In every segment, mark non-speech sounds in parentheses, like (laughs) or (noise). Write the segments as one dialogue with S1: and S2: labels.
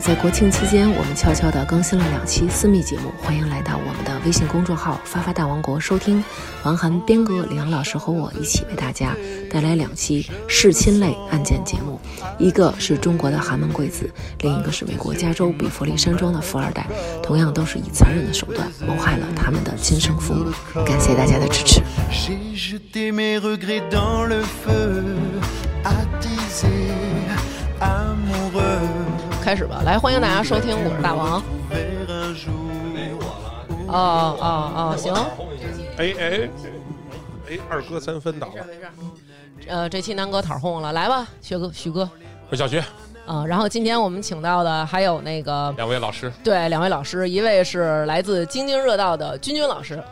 S1: 在国庆期间，我们悄悄地更新了两期私密节目，欢迎来到我们的微信公众号“发发大王国”收听。王涵、边哥、李阳老师和我一起为大家带来两期弑亲类案件节目，一个是中国的寒门贵子，另一个是美国加州比佛利山庄的富二代，同样都是以残忍的手段谋害了他们的亲生父母。感谢大家的支持。
S2: J'ai jeté mes regrets dans le feu, attisé, amoureux.
S3: 开始吧，来欢迎大家收听，我是大王。
S2: Vers un jour,
S3: 哦哦哦，行，
S4: 哎哎哎，二哥三分倒了，
S3: 呃，这期南哥讨红了，来吧，薛哥、徐哥，
S4: 我小学
S3: 啊、然后今天我们请到的还有那个
S4: 两位老师，
S3: 对两位老师，一位是来自津津乐道的君君老师，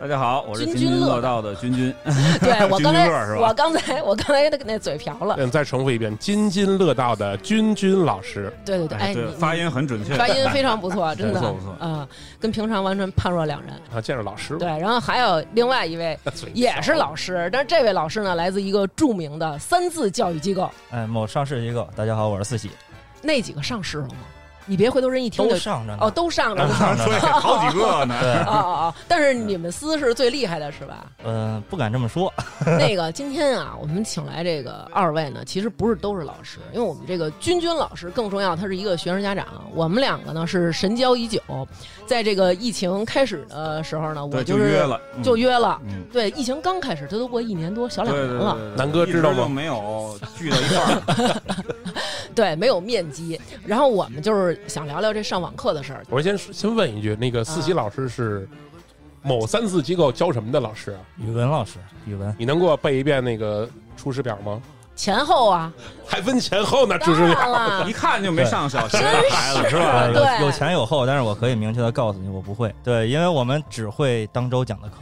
S5: 大家好，我是
S3: 津
S5: 津
S3: 津
S5: 津
S3: 乐
S5: 乐道的君君。
S3: 对我
S5: 君
S3: 刚
S5: 君乐
S3: 才
S5: 是吧
S3: 我刚才我刚才那个那嘴瓢了，
S4: 嗯，再重复一遍，津津乐道的君君老师，
S3: 对对对，哎，
S5: 对
S3: 你，
S5: 发音很准确。
S3: 发音非常不错，真的，
S5: 不错不错
S3: 啊、跟平常完全判若两人。
S4: 啊，见着老师
S3: 对，然后还有另外一
S4: (laughs)
S3: 位也是老师，但是这位老师呢，来自一个著名的三字教育机构，
S6: 哎，某上市机构，大家好，我是四喜，
S3: 那几个上市了吗？你别回头人一听
S6: 都
S3: 就
S6: 上着呢。
S3: 哦，都上
S6: (laughs)
S3: 着呢。
S5: (laughs)
S6: 上着
S5: 对，
S6: 呢。
S5: 好几个呢。
S6: 对
S3: 哦，哦哦！但是你们司是最厉害的，是
S6: (laughs)
S3: 吧？
S6: 嗯、不敢这么说。
S3: 那个今天啊，我们请来这个二位呢，其实不是都是老师，因为我们这个君君老师更重要，他是一个学生家长。我们两个呢是神交已久，在这个疫情开始的时候呢，我
S5: (laughs) 对，
S3: 就是
S5: 约了，嗯
S3: 就约了。
S5: 嗯，
S3: 对，疫情刚开始，这都过一年多，小
S5: 对
S3: 两年
S5: 对对
S3: 了，
S5: 对，
S4: 南哥知道吗
S5: 一直就没有聚到一块儿。 (laughs)
S3: 对，没有面基。然后我们就是想聊聊这上网课的事儿，
S4: 我先先问一句，那个四喜老师是某三四机构教什么的老师啊？
S6: (laughs) 语文老师，语文，
S4: 你能给我背一遍那个出师表吗？
S3: 前后啊，
S4: 还分前后呢，出
S3: 当
S4: 师
S3: 然
S4: 表。
S3: 了
S5: 一，看就没上小学
S3: 真是
S5: 的孩子是吧？
S3: 对
S6: 有有前有后，但是我可以明确的告诉你，我不会。对，因为我们只会当周讲的课。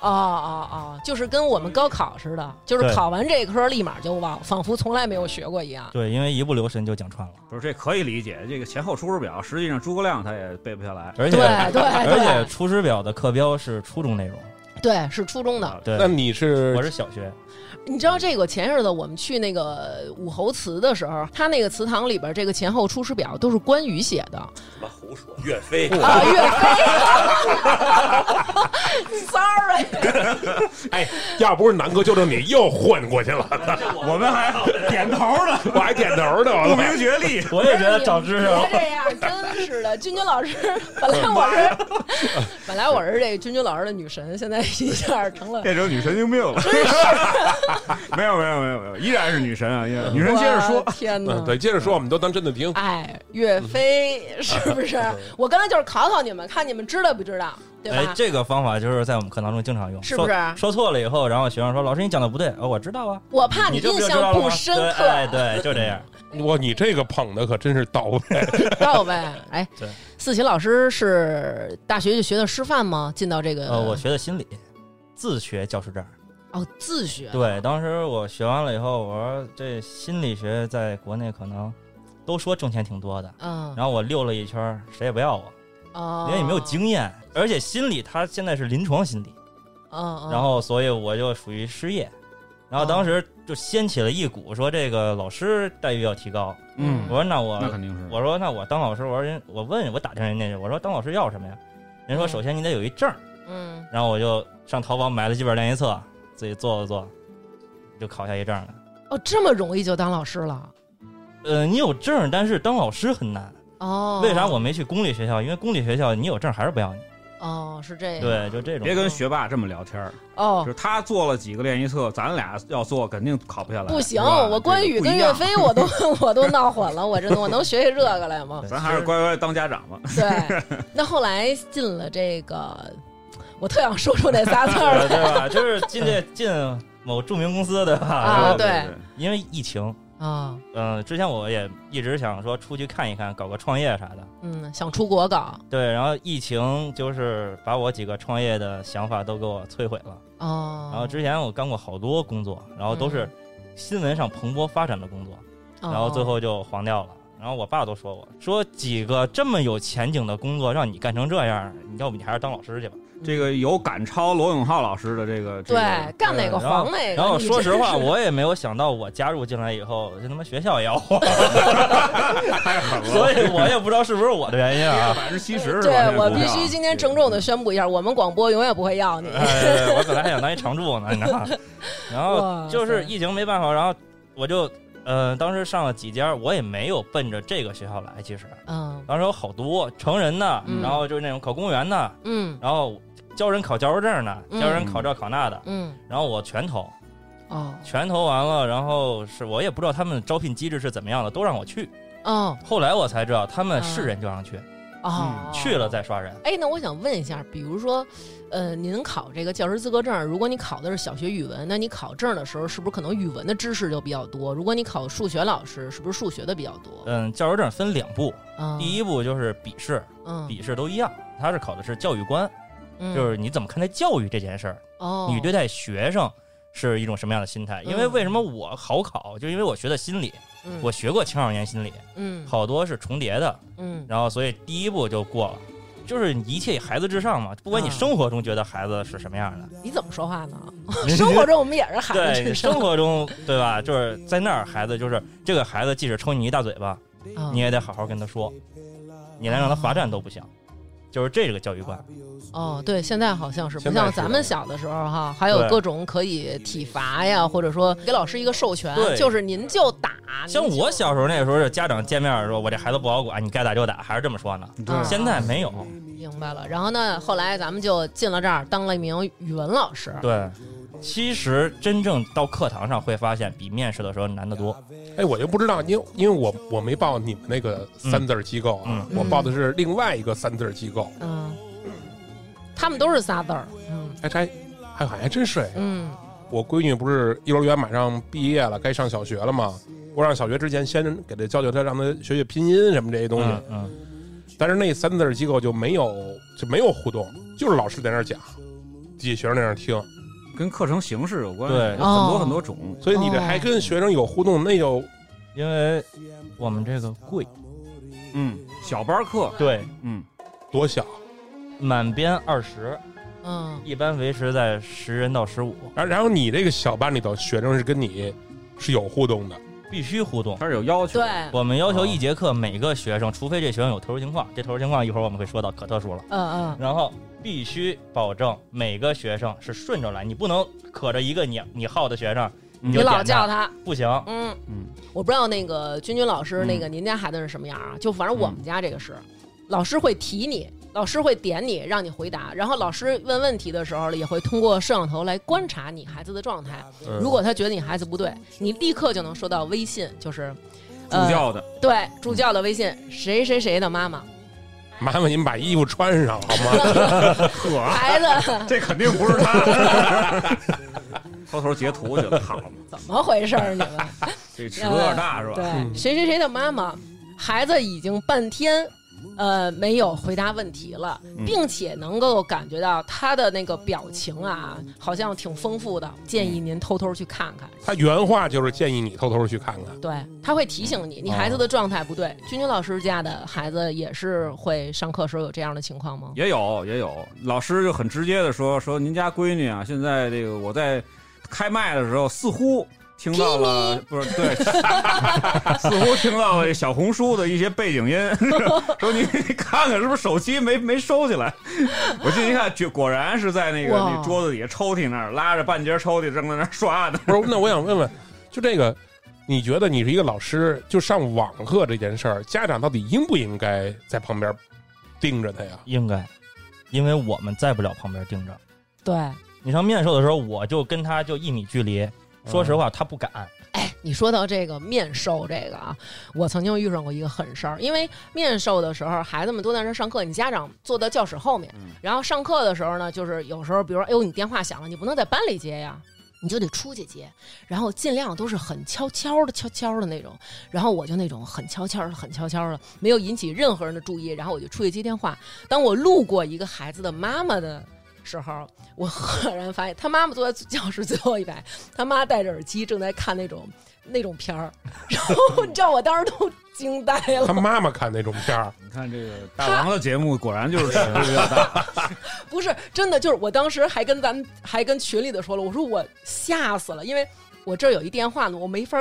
S3: 哦哦哦，就是跟我们高考似的，就是
S6: 对
S3: 考完这科立马就忘，仿佛从来没有学过一样。
S6: 对，因为一不留神就讲串了。
S5: 不是，这可以理解。这个前后出师表，实际上诸葛亮他也背不下来。
S6: 而且
S3: 对对
S6: 而且
S3: 对
S6: 《出师表》的课标是初中内容。
S3: 对，是初中的。
S4: 那
S6: 对，
S4: 你是
S6: 我是小学。
S3: 你知道这个前日子我们去那个武侯祠的时候，他那个祠堂里边这个前后出师表都是关羽写的
S7: 岳飞，
S3: 啊，岳飞。Sorry，
S4: (laughs) 哎，要不是南哥纠正你，又混过去了，
S5: 我们还点头呢，
S4: 我还点头呢，我
S5: (laughs) 不
S4: 都
S5: 明觉厉。
S6: 我也觉得长知识哦了。嗯
S3: 别这样，真是的，君君老师，本来我是，本来我是这个君君老师的女神，现在一下成
S6: (laughs)
S3: 了。
S5: 变成女神经病
S3: (laughs)
S5: 了。没有没有没有没有，依然是女神啊！依
S3: 嗯
S5: 然女神接着说
S3: 我，的天哪
S4: 嗯，！对，接着说，我们都当真的听。
S3: 哎，岳
S6: 嗯
S3: 飞是不是？我刚才就是考考你们，看你们知道不知道， (laughs) 对
S6: 哎
S3: 吧，？
S6: 这个方法就是在我们课堂中经常用，
S3: 是不是
S6: 说说错了以后，然后学生说：“老师，你讲的不对。”哦，我知道啊。
S3: 我怕
S6: 你就
S3: 印
S6: 知道
S3: 象
S6: 了吗
S3: 不深
S6: 对
S3: 刻，
S6: 哎，对，就
S3: (laughs)
S6: 这样。
S4: 哇，你这个捧的可真是到位。
S3: 知道呗？哎
S6: 对，
S3: 四喜老师是大学就学的师范吗？进到这个
S6: 呃，我学的心理，自学教师证。
S3: 哦自学，
S6: 对，当时我学完了以后，我说这心理学在国内可能都说挣钱挺多的，
S3: 嗯，
S6: 然后我溜了一圈儿，谁也不要我，
S3: 哦，
S6: 因为你没有经验，而且心理它现在是临床心理，
S3: 嗯，嗯，
S6: 然后所以我就属于失业，然后
S3: 哦
S6: 当时就掀起了一股说这个老师待遇要提高，
S5: 嗯
S6: 我说那我
S5: 那肯定是
S6: 我说那我当老师，我说人我问我打听人家去，我说当老师要什么呀？人说
S3: 嗯
S6: 首先你得有一证儿，
S3: 嗯，
S6: 然后我就上淘宝买了几本练习册，自己做了做，就考下一证了。
S3: 哦，这么容易就当老师了？
S6: 呃，你有证儿，但是当老师很难。
S3: 哦，
S6: 为啥我没去公立学校？因为公立学校你有证儿还是不要你。
S3: 哦是这样，
S6: 对，就这种。？
S5: 别跟学霸这么聊天儿。
S3: 哦
S5: 就是他做了几个练习册，咱俩要做肯定考不下来。
S3: 不行，
S5: 是吧
S3: 我关羽跟岳，
S5: 这个
S3: 飞我都 (laughs) 我都闹混了，我真的我能学学这个来吗
S5: 不一样咱还是乖乖当家长吧。
S3: 对，那后来进了这个，我特想说出那仨字儿
S6: (laughs) 对
S3: 了
S6: 对吧？就是进这进某著名公司对吧？
S3: 啊
S6: 对吧
S3: 对
S6: 因为疫情，
S3: 啊，
S6: 嗯、之前我也一直想说出去看一看，搞个创业啥的。
S3: 嗯，想出国搞
S6: 对，然后疫情就是把我几个创业的想法都给我摧毁了。
S3: 哦，
S6: 然后之前我干过好多工作，然后都是新闻上蓬勃发展的工作。
S3: 哦，
S6: 然后最后就黄掉了。然后我爸都说我说几个这么有前景的工作让你干成这样，你要不你还是当老师去吧。
S5: 这个有赶超罗永浩老师的这个，这
S3: 对
S5: 个，
S3: 干哪个
S6: 然后
S3: 黄哪个。
S6: 然后
S3: 你
S6: 说
S3: 真
S6: 实话，
S3: 是
S6: 我也没有想到我加入进来以后，这他妈学校也要我，
S3: (laughs)
S5: 太狠了，
S6: 所以我也不知道是不是我的原因啊。
S3: (laughs)
S5: 百分之七十是
S3: 对
S5: 吧？
S3: 我必须今天郑重的宣布一下，我们广播永远不会要你。
S6: 哎，我本来还想当一常驻呢，
S3: (laughs)
S6: 你知道吗？然后
S3: 哇
S6: 就是
S3: 塞
S6: 疫情没办法，然后我就呃，当时上了几家，我也没有奔着这个学校来，其实
S3: 嗯
S6: 当时有好多成人的，
S3: 嗯
S6: 然后就是那种考公务员的，
S3: 嗯
S6: 然后教人考教师证的，
S3: 嗯
S6: 教人考这考那的，
S3: 嗯，
S6: 然后我全投，
S3: 哦
S6: 全投完了，然后是我也不知道他们招聘机制是怎么样的，都让我去。
S3: 哦
S6: 后来我才知道，他们是人就让去，
S3: 哦，
S6: 嗯去了再刷人。
S3: 哎，那我想问一下，比如说，呃，您考这个教师资格证，如果你考的是小学语文，那你考证的时候是不是可能语文的知识就比较多？如果你考数学老师，是不是数学的比较多？
S6: 嗯，教师证分两步，
S3: 嗯，
S6: 呃第一步就是笔试，
S3: 嗯，
S6: 笔试都一样，他是考的是教育观，
S3: 嗯
S6: 就是你怎么看待教育这件事儿，
S3: 哦，
S6: 你对待学生是一种什么样的心态？因为
S3: 嗯
S6: 为什么我好考，就因为我学的心理，
S3: 嗯
S6: 我学过青少年心理，
S3: 嗯
S6: 好多是重叠的，
S3: 嗯
S6: 然后所以第一步就过了。就是一切以孩子至上嘛，不管你
S3: 啊
S6: 生活中觉得孩子是什么样的，
S3: 你怎么说话
S6: (laughs)
S3: 呢？生活中我们也是孩子
S6: 嗯对
S3: 智
S6: 生
S3: 商，
S6: 活中对吧？就是在那儿，孩子就是这个孩子，即使抽你一大嘴巴，
S3: 嗯
S6: 你也得好好跟他说，你连让他罚站都不行，就是这个教育观。
S3: 哦，对，现在好像是不
S4: 现在
S3: 像
S4: 是
S3: 咱们小的时候哈，还有
S6: 对
S3: 各种可以体罚呀，或者说给老师一个授权，
S6: 对
S3: 就是您就打。您
S6: 像
S3: 就
S6: 我小时候那时候，家长见面说：“我这孩子不好管，你该打就打。”还是这么说呢。
S3: 啊
S6: 现在没有，
S3: 明白了。然后呢，后来咱们就进了这儿，当了一名语文老师。
S6: 对。其实真正到课堂上会发现，比面试的时候难得多。
S4: 哎，我就不知道，因为因为我我没报你们那个三字儿机构啊，
S3: 嗯
S4: 我报的是另外一个三字儿机构。
S3: 嗯，他们都是仨字儿。嗯
S4: 哎，这还还还真是哎，
S3: 嗯
S4: 我闺女不是幼儿园马上毕业了，该上小学了吗？我让小学之前先给她教教她，让她学学拼音什么这些东西。
S6: 嗯嗯，
S4: 但是那三字儿机构就没有就没有互动，就是老师在那儿讲，底下学生在那儿听，
S5: 跟课程形式有关，
S6: 对
S5: 有很
S3: 哦
S5: 多很多种。
S4: 所以你这还跟学生有互动，那就
S6: 因为我们这个贵，
S5: 嗯，小班课，
S6: 对，
S5: 嗯，
S4: 多小。
S6: 满编二十，
S3: 嗯，
S6: 一般维持在十人到十五，
S4: 然然后你这个小班里头学生是跟你是有互动的，
S6: 必须互动。
S5: 它是有要求
S3: 对
S5: 的。，
S6: 我们要求一节课每个学生，除非这学生有特殊情况，这特殊情况一会儿我们会说到，可特殊了。
S3: 嗯嗯
S6: 然后必须保证每个学生是顺着来，你不能可着一个你你好的学生，
S5: 嗯
S6: 你
S3: 你
S6: 就
S3: 老
S6: 点
S3: 叫
S6: 他
S3: 他。
S6: 不行。
S3: 嗯
S5: 嗯，
S3: 我不知道那个君君老师，
S5: 嗯
S3: 那个您家孩子是什么样啊？就反正我们家这个是，
S6: 嗯
S3: 老师会提你，老师会点你，让你回答。然后老师问问题的时候，也会通过摄像头来观察你孩子的状态。
S4: 嗯
S3: 如果他觉得你孩子不对，你立刻就能收到微信，就是呃
S5: 助教的，
S3: 对助教的微信，谁谁谁的妈妈，
S4: 麻烦您把衣服穿上好吗？
S5: 呵，
S3: 孩子
S5: 这肯定不是他，偷偷截图去了，好嘛，
S3: 怎么回事儿？你们
S5: 这尺度有点大是
S3: 对
S5: 吧？
S3: 谁谁谁的妈妈，孩子已经半天。呃，没有回答问题了，并且能够感觉到他的那个表情啊，好像挺丰富的。建议您偷偷去看看，
S4: 他原话就是建议你偷偷去看看。
S3: 对他会提醒你，你孩子的状态不对。君君老师家的孩子也是会上课时候有这样的情况吗？
S5: 也有也有，老师就很直接的说说您家闺女啊，现在这个我在开麦的时候似乎。听到了，不是对， (laughs) 似乎听到了小红书的一些背景音， (laughs) 说你你看看是不是手机没没收起来？我进去一看，就果然是在那个
S3: 哇
S5: 你桌子底下抽屉那儿拉着半截抽屉正在那儿刷呢。
S4: 不是，那我想问问，就这个，你觉得你是一个老师，就上网课这件事儿，家长到底应不应该在旁边盯着他呀？
S6: 应该，因为我们在不了旁边盯着。
S3: 对，
S6: 你上面授的时候，我就跟他就一米距离，说实话他不敢。
S3: 哎你说到这个面授这个啊，我曾经遇上过一个狠事儿，因为面授的时候，孩子们都在那儿上课，你家长坐到教室后面，然后上课的时候呢，就是有时候，比如说，哎呦，你电话响了，你不能在班里接呀。你就得出去接，然后尽量都是很悄悄的、悄悄的那种。然后我就那种很悄悄的、很悄悄的，没有引起任何人的注意。然后我就出去接电话。当我路过一个孩子的妈妈的时候，我赫然发现他妈妈坐在教室最后一排，他妈戴着耳机正在看那种那种片儿，然后你知道我当时都惊呆
S4: 他
S3: 了，
S4: 妈妈看那种片儿，
S5: 你看这个大王的节目，果然 (laughs) 就是尺度比较大。
S3: (laughs) 不是真的，就是我当时还跟咱们还跟群里的说了，我说我吓死了，因为我这儿有一电话呢，我没法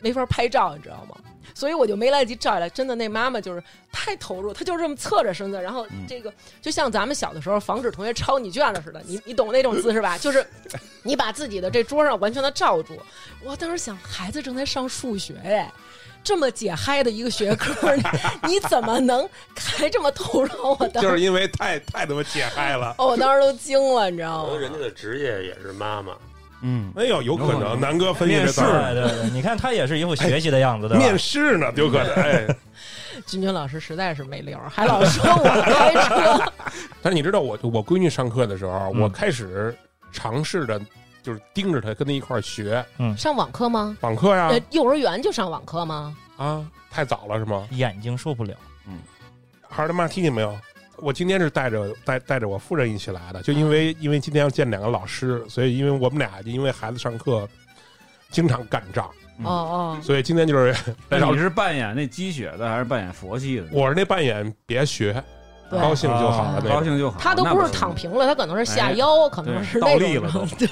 S3: 没法拍照，你知道吗？所以我就没来得及照下来。真的，那妈妈就是太投入，她就这么侧着身子，然后
S5: 嗯
S3: 这个、就像咱们小的时候防止同学抄你卷子似的，你你懂那种姿势吧？就是你把自己的这桌上完全的罩住。我当时想，孩子正在上数学哎。这么解嗨的一个学科， (laughs) 你你怎么能还这么投入？我当时
S4: 就是因为太太他妈解嗨了。
S3: (laughs) 哦，我当时都惊了，你知道
S7: 可能
S3: 吗？
S7: 人家的职业也是妈妈，
S5: 嗯，
S4: 哎呦，有可
S5: 有可
S4: 能，
S5: 能
S4: 南哥分析的
S5: 面试
S4: 早
S6: 对对对，你看他也是一副学习的样子，对吧？
S4: 哎面试呢，有可能。哎， (laughs)
S3: 君君老师实在是没溜儿，还老说我开 (laughs) 车。
S4: 但是你知道我我闺女上课的时候，啊
S5: 嗯
S4: 我开始尝试着就是盯着她跟她一块儿学
S3: 上网课吗？
S4: 网课呀
S3: 呃，幼儿园就上网课吗？
S4: 啊，太早了是吗？
S6: 眼睛受不了，
S4: 孩儿他妈听见没有？我今天是带着带带着我夫人一起来的，就因
S5: 嗯
S4: 为因为今天要见两个老师，所以因为我们俩就因为孩子上课经常干仗，
S5: 嗯
S3: 哦哦，
S4: 所以今天就是来
S5: 那
S4: 找
S5: 你是扮演那鸡血的，还是扮演佛系的？
S4: 我是那扮演别学，
S3: 对
S4: 高兴就好了
S5: 啊
S4: 那
S5: 高
S4: 种。
S5: 兴就好。
S3: 他都
S5: 那
S3: 不是哎
S5: 行
S3: 躺平了，他可能是下腰，可能是那
S5: 倒立了
S3: 种。 (laughs) 对，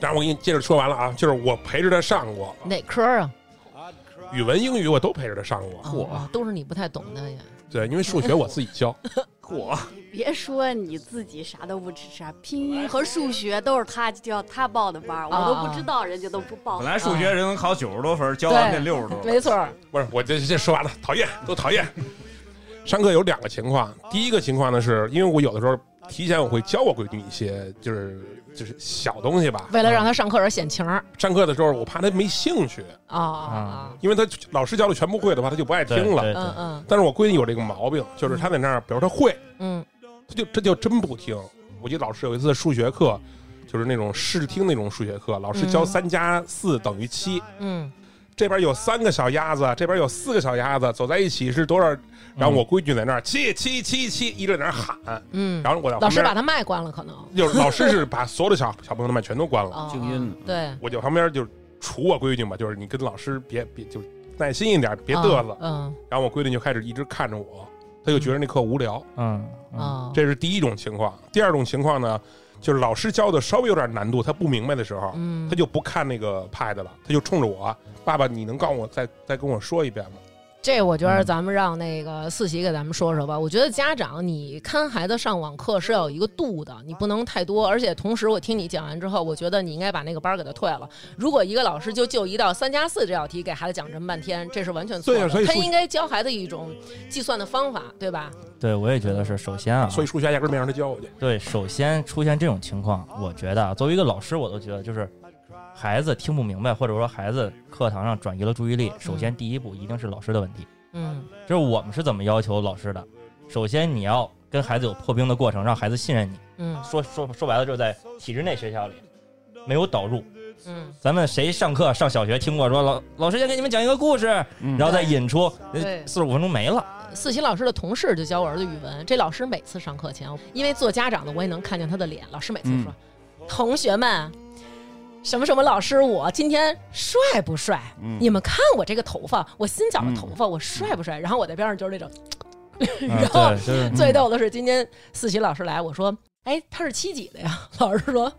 S4: 然后我给你接着说完了啊，就是我陪着他上过
S3: 哪科啊？
S4: 语文、英语，我都陪着他上过。
S3: 哦，哦都是你不太懂的也。
S4: 对，因为数学我自己教，
S5: 嚯，
S8: 别说你自己啥都不知啥，拼音和数学都是他教他报的班儿，我都不知道，人家都不报
S5: 本。来数学人能考九十多分，教完
S3: 对，
S5: 变六十多
S7: 嗯
S5: 分。
S3: 没错儿。
S4: 不是我这这说完了，讨厌，都讨厌。上课有两个情况，第一个情况呢，是因为我有的时候提前我会教我闺女一些，就是就是小东西吧。嗯
S3: 为了让他上课而显情儿
S4: 上课的时候，我怕她没兴趣，
S3: 啊啊，
S4: 因为她老师教的全不会的话，她就不爱
S6: 对
S4: 听了。
S6: 对
S3: 嗯
S6: 对
S3: 嗯
S4: 但是我闺女有这个毛病，就是她在那儿，比如她会，
S3: 嗯
S4: 他就这就真不听。我记得老师有一次数学课，就是那种试听那种数学课，老师教
S3: 嗯
S4: 三加四等于七，
S3: 嗯
S4: 这边有三个小鸭子，这边有四个小鸭子，走在一起是多少？然后我闺女在那儿七七七七，一直在那儿喊，
S3: 嗯。
S4: 然后我在
S3: 老
S4: 旁
S3: 师把
S4: 边，
S3: 他麦关了，可能。
S4: 就是老师是把所有的小小朋友的麦全都关了，
S3: 哦
S5: 静音了
S3: 对，
S4: 我就旁边就是杵我闺女嘛，就是你跟老师别别就耐心一点，别嘚瑟。
S3: 嗯
S4: 然后我闺女就开始一直看着我，她就觉得那课无聊。
S6: 嗯
S3: 嗯啊，
S4: 这是第一种情况。第二种情况呢，就是老师教的稍微有点难度，他不明白的时候，
S3: 嗯
S4: 他就不看那个 pad 了，他就冲着我爸爸，你能告诉我再再跟我说一遍吗？
S3: 这我
S4: 嗯
S3: 觉得咱们让那个四喜给咱们说说吧。我觉得家长你看孩子上网课是要有一个度的，你不能太多。而且同时，我听你讲完之后，我觉得你应该把那个班儿给他退了。如果一个老师就就一道三加四这道题给孩子讲这么半天，这是完全错
S4: 对
S3: 的。
S4: 啊所以
S3: 他
S4: 说
S3: 应该教孩子一种计算的方法，对吧？
S6: 嗯对，我也觉得是。首先啊，
S4: 所以数学压根儿没让他教我去。
S6: 对，首先出现这种情况，我觉得啊，作为一个老师，我都觉得就是孩子听不明白，或者说孩子课堂上转移了注意力，首先第一步一定是老师的问题。
S3: 嗯
S6: 就是我们是怎么要求老师的？首先你要跟孩子有破冰的过程，让孩子信任你。
S3: 嗯
S6: 说说说白了，就是在体制内学校里没有导入。
S3: 嗯，
S6: 咱们谁上课上小学听过说老老师先给你们讲一个故事，
S5: 嗯
S6: 然后再引出
S3: 对
S6: 四十五分钟没了。
S3: 四喜老师的同事就教我儿子语文，这老师每次上课前，因为做家长的我也能看见他的脸，老师每次说：“
S6: 嗯
S3: 同学们，什么什么老师，我今天帅不帅？
S6: 嗯
S3: 你们看我这个头发，我新剪的头发，我帅不帅？”然后我在边上就是那种， (laughs) (laughs) 然后
S6: 啊对，就是嗯
S3: 最逗的是今天四喜老师来，我说：“哎，他是七几的呀？”老师说。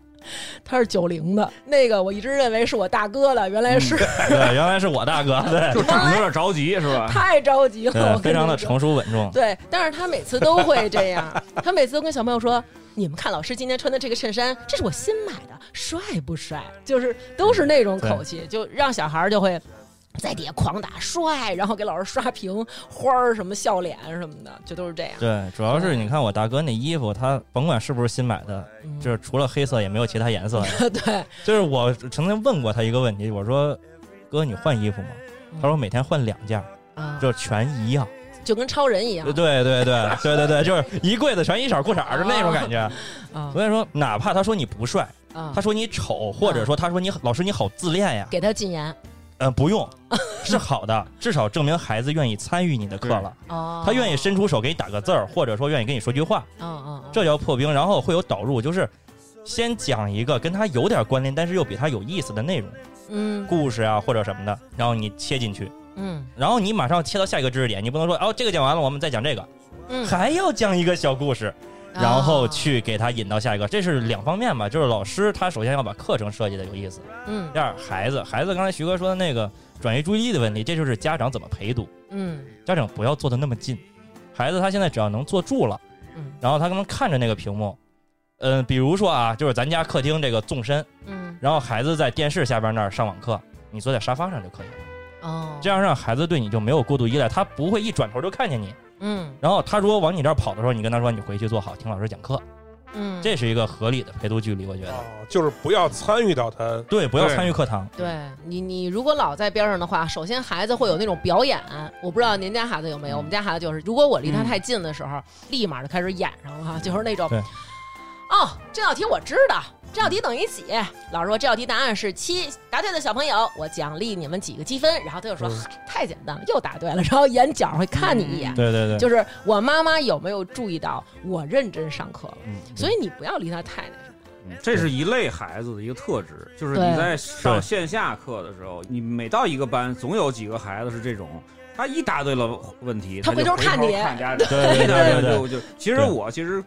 S3: 他是九零的，那个我一直认为是我大哥了，原
S6: 嗯
S3: 来是、
S6: 对，原来是我大哥，
S3: (laughs)
S6: 对
S5: 就长得有点着急是吧？
S3: 太着急了，
S6: 对，
S3: 我跟
S6: 非常
S3: 你
S6: 的
S3: 说
S6: 成熟稳重。
S3: 对，但是他每次都会这样，他每次都跟小朋友说：“你们看老师今天穿的这个衬衫，这是我新买的，帅不帅？”就是都是那种口气，就让小孩儿就会。在底下狂打帅，然后给老师刷屏花儿什么笑脸什么的，就都是这样。
S6: 对，主要是你看我大哥那衣服，他甭管是不是新买的，
S3: 嗯
S6: 就是除了黑色也没有其他颜色。
S3: (laughs) 对，
S6: (laughs) 就是我曾经问过他一个问题，我说：“哥，你换衣服吗？”他说：“每天换两件，
S3: 嗯啊，
S6: 就是全一样。
S3: 就跟超人一样
S6: 对对对
S3: (laughs)
S6: 对对对对，就是一柜子全一色裤衩儿，就那种感觉。
S3: 啊
S6: 所以说，哪怕他说你不帅，
S3: 啊
S6: 他！说你丑，或者说他说你老师你好自恋呀，
S3: 给他禁言，
S6: 呃，不
S3: (laughs)
S6: 用，是好的，至少证明孩子愿意参与你的课了，
S3: 哦，
S6: 他愿意伸出手给你打个字儿，或者说愿意跟你说句话，
S3: 嗯，嗯嗯，
S6: 这叫破冰。然后会有导入，就是先讲一个跟他有点关联，但是又比他有意思的内容，
S3: 嗯
S6: 故事啊或者什么的，然后你切进去，
S3: 嗯
S6: 然后你马上切到下一个知识点，你不能说哦这个讲完了我们再讲这个，
S3: 嗯，
S6: 还要讲一个小故事，然后去给他引到下一个，这是两方面吧，就是老师他首先要把课程设计的有意思，
S3: 啊，嗯
S6: 第二孩子，孩子刚才徐哥说的那个转移注意力的问题，这就是家长怎么陪读，
S3: 嗯
S6: 家长不要坐的那么近，孩子他现在只要能坐住了，
S3: 嗯
S6: 然后他能看着那个屏幕，嗯、比如说啊，就是咱家客厅这个纵深，
S3: 嗯，
S6: 然后孩子在电视下边那儿上网课，你坐在沙发上就可以了，
S3: 哦，
S6: 这样让孩子对你就没有过度依赖，他不会一转头就看见你，
S3: 嗯
S6: 然后他如果往你这儿跑的时候，你跟他说你回去坐好听老师讲课，
S3: 嗯，
S6: 这是一个合理的陪读距离，我觉得。
S4: 哦，就是不要参与到他。
S6: 对，不要
S5: 对
S6: 参与课堂。
S3: 对你，你如果老在边上的话，首先孩子会有那种表演，我不知道您家孩子有没有，
S5: 嗯
S3: 我们家孩子就是，如果我离他太近的时候，立马就开始演上了哈，就是那种
S6: 对，
S3: 哦，这道题我知道，这道题等于几？老师说这道题答案是七，答对的小朋友，我奖励你们几个积分，然后他就说、
S4: 嗯
S3: 嗨，太简单了，又答对了， (laughs) 然后眼角会看你一眼。
S5: 嗯
S6: 对对对，
S3: 嗯就是我妈妈有没有注意到我认真上课了？
S6: 嗯
S3: 所以你不要离他太那什么。
S5: 嗯这是一类孩子的一个特质，就是你
S3: 对
S5: 在上
S6: 对
S5: 线下课的时候，你每到一个班，总有几个孩子是这种，他一答对了问题，
S3: 他
S5: 他
S3: 回
S5: 就
S3: 头
S5: 回
S3: 看你
S5: 看家长，
S6: 对对对对
S5: 就就其实
S6: 对
S5: 我其实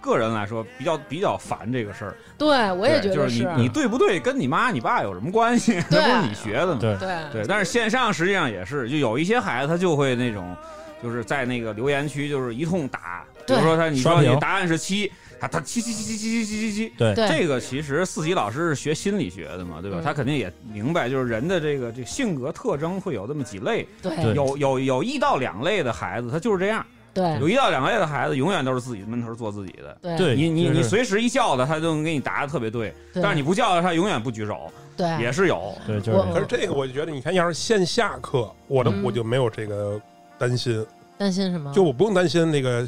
S5: 个人来说比较比较烦这个事儿，
S3: 对，我也
S5: 对
S3: 觉
S5: 就
S3: 得
S5: 是你你对不对，跟你妈你爸有什么关系？
S3: 对
S5: (laughs) 那不是你学的吗？
S6: 嗯对
S3: 对
S5: 对，但是线上实际上也是，就有一些孩子他就会那种，就是在那个留言区就是一通打，比如
S3: 对
S5: 说他你
S6: 刷
S5: 说你
S6: 屏
S5: 答案是七，他他七七七七七七七七七。
S6: 对
S3: 对
S5: 这个其实四级老师是学心理学的嘛，对吧？
S3: 嗯
S5: 他肯定也明白，就是人的这个这个性格特征会有这么几类，
S3: 对
S6: 对
S5: 有有有一到两类的孩子，他就是这样；
S3: 对
S5: 有一到两类的孩子，永远都是自己闷头做自己的。
S3: 对
S6: 对
S5: 你你
S6: 就是
S5: 你随时一叫他，他就能给你答的特别对；
S3: 对
S5: 但是你不叫他，他永远不举手，
S3: 对
S5: 也是有。
S6: 对就
S3: 我
S6: 是
S4: 可是这个，我就觉得，你看，要是线下课，我的
S3: 嗯
S4: 我就没有这个担心，
S3: 担心什么？
S4: 就我不用担心那个，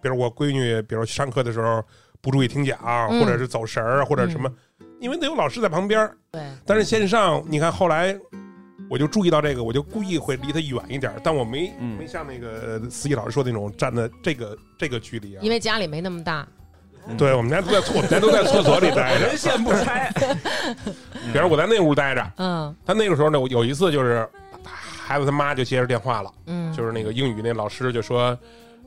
S4: 比如我闺女，比如上课的时候不注意听讲，
S3: 嗯
S4: 或者是走神儿，或者什么，因为得有老师在旁边儿。
S3: 对
S4: 但是线上，你看后来。我就注意到这个，我就故意会离他远一点儿，但我没、
S5: 嗯
S4: 没像那个司机老师说的那种站的这个这个距离啊
S3: 因。为家里没那么大，
S5: 嗯
S4: 对，我们家都在厕，我们家都在厕所里待着
S5: 人。线不拆，
S4: (laughs) 比如我在那屋待着，
S3: 嗯
S4: 他那个时候呢，我有一次就是孩子他妈就接着电话了，
S3: 嗯，
S4: 就是那个英语那老师就说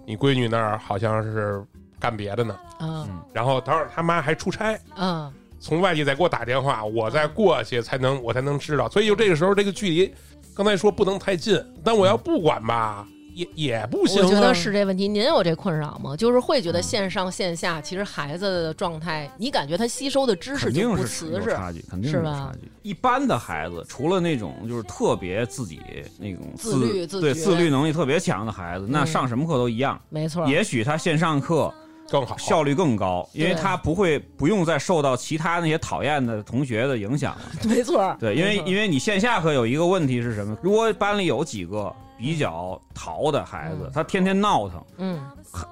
S4: 你闺女那儿好像是干别的呢，
S3: 嗯
S4: 然后当时他妈还出差，
S3: 嗯
S4: 从外地再给我打电话，我再过去才能我才能知道，所以就这个时候这个距离，刚才说不能太近，但我要不管吧，也也不行
S3: 我觉
S4: 啊
S3: 得。是这问题。您有这困扰吗？就是会
S5: 嗯
S3: 觉得线上线下，其实孩子的状态，你感觉他吸收的知识
S5: 肯
S3: 就
S5: 定
S3: 不
S5: 是
S3: 瓷
S5: 有
S3: 实，
S5: 差距，肯定
S3: 是
S5: 有
S3: 吧
S5: 差距。一般的孩子，除了那种就是特别自己那种
S3: 自律自
S5: 对
S3: 觉
S5: 自律能力特别强的孩子，那
S3: 嗯
S5: 上什么课都一样。
S3: 没错。
S5: 也许他线上课
S4: 更好，
S5: 效率更高，因为
S3: 对
S5: 他不会不用再受到其他那些讨厌的同学的影响了。
S3: 没错，
S5: 对，因为
S3: 没错
S5: 因为你线下课有一个问题是什么？如果班里有几个比较淘的孩子
S3: 嗯，
S5: 他天天闹腾，
S3: 嗯，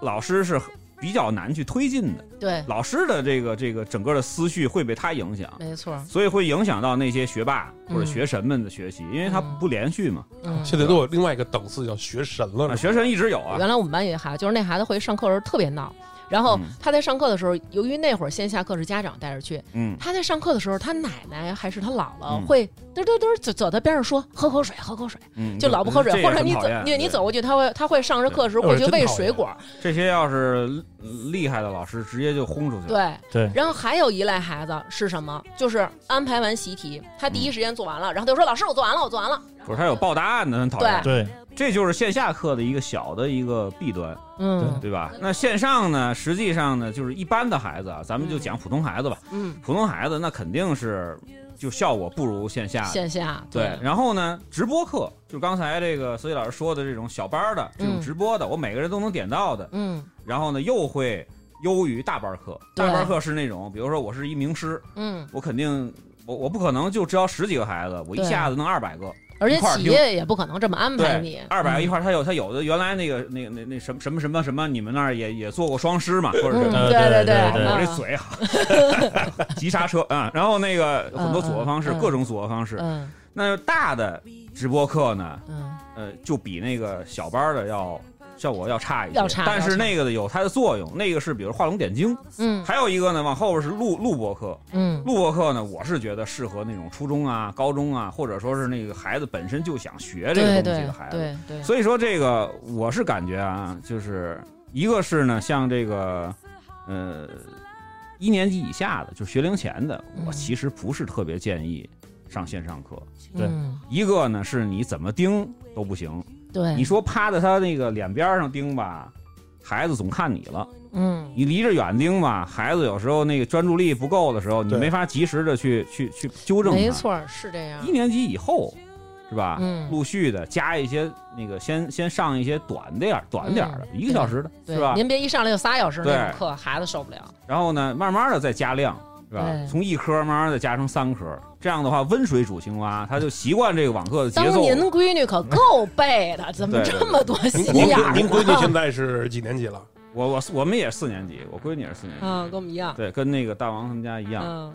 S5: 老师是比较难去推进的。
S3: 对，
S5: 老师的这个这个整个的思绪会被他影响，
S3: 没错，
S5: 所以会影响到那些学霸或者
S3: 嗯
S5: 学神们的学习，因为他
S3: 嗯
S5: 不连续嘛。
S3: 嗯。
S4: 现在都有另外一个等次叫学神了是吧，
S5: 啊，学神一直有啊
S3: 原，来我们班有一孩子，就是那孩子回去上课的时候特别闹。然后
S5: 嗯
S3: 他在上课的时候，由于那会儿线下课是家长带着去，
S5: 嗯，
S3: 他在上课的时候，他奶奶还是他姥姥
S5: 嗯
S3: 会嘚嘚嘚走走到边上说喝口水，喝口水，
S5: 嗯
S3: (laughs) 就老不喝水，
S5: 这也
S3: 或者
S5: 很
S3: 你
S5: 讨
S3: 走
S5: 厌
S3: 你你
S5: 对
S3: 走过去，他会他会上着课的时候
S4: 对
S3: 过去
S4: 真
S3: 喂
S4: 讨厌
S3: 水果，
S5: 这些要是厉害的老师，直接就轰出去了。
S3: 对。
S6: 对
S3: 然后还有一类孩子是什么？就是安排完习题，他
S5: 嗯
S3: 第一时间做完了，然后就说老师我做完了，我做完了。
S5: 不是他有报答案的，很讨厌。
S6: 对
S5: 这就是线下课的一个小的一个弊端，
S3: 嗯
S5: 对吧？那线上呢，实际上呢，就是一般的孩子啊，咱们就讲普通孩子吧。
S3: 嗯，
S5: 普通孩子那肯定是就效果不如线下的。
S3: 线下
S5: 啊对，然后呢，直播课就刚才这个所以老师说的这种小班儿的这种
S3: 嗯
S5: 直播的，我每个人都能点到的，
S3: 嗯
S5: 然后呢又会优于大班儿课。
S3: 对
S5: 大班儿课是那种，比如说我是一名师，
S3: 嗯，
S5: 我肯定我我不可能就教十几个孩子，我一
S3: 对
S5: 下子弄二百个，
S3: 而且
S5: 一块儿
S3: 企
S5: 丢
S3: 业也不可能这么安排你
S5: 对，。二百一
S3: 嗯
S5: 块儿，他有他有的原来那个那那那什么什么什么什么，你们那儿也也做过双师嘛，或者
S3: 嗯，
S5: 是
S6: 呃
S3: 对对
S6: 对对，
S5: 啊我
S3: 嗯
S5: 这嘴好， (laughs) 急刹车啊、然后那个有很多组合方式，
S3: 嗯嗯
S5: 各种组合方式。
S3: 嗯
S5: 那大的直播课呢，
S3: 嗯，
S5: 呃，就比那个小班的要效果要差一些，
S3: 要差
S5: 但
S3: 要
S5: 是
S3: 差
S5: 那个的有它的作用，那个是比如画龙点睛，
S3: 嗯
S5: 还有一个呢，往后边是录录播课。
S3: 嗯
S5: 录播课呢，我是觉得适合那种初中啊、高中啊，或者说是那个孩子本身就想学这
S3: 对
S5: 个东西
S3: 对
S5: 的孩子。
S3: 对对，
S5: 所以说这个我是感觉啊，就是一个是呢，像这个呃一年级以下的，就学龄前的，
S3: 嗯
S5: 我其实不是特别建议上线上课。
S6: 对
S3: 嗯
S5: 一个呢是你怎么盯都不行，
S3: 对，
S5: 你说趴在他那个脸边上盯吧。孩子总看你了，
S3: 嗯
S5: 你离着远盯吧，孩子有时候那个专注力不够的时候，你
S4: 对
S5: 没法及时的去去去纠正他。
S3: 没错儿是这样
S5: 啊一，年级以后，是吧？
S3: 嗯
S5: 陆续的加一些那个，先先上一些短点儿、短点儿的，
S3: 嗯
S5: 一个小时的，
S3: 对
S5: 是吧？
S3: 您别一上来就仨小时那种
S5: 对
S3: 课，孩子受不了。
S5: 然后呢，慢慢的再加量，是吧
S3: 对？
S5: 从一科慢慢的加成三科，这样的话，温水煮青蛙，他就习惯这个网课的节
S3: 当
S5: 奏。
S3: 您闺女可够背的，怎么
S5: 对对
S3: 这么多啊心
S4: 您您
S3: 眼儿？
S4: 您闺女现在是几年级了？
S5: 我我我们也四年级，我闺女也是四年级，
S3: 嗯，跟我们一样。
S5: 对，跟那个大王他们家一样。
S3: 嗯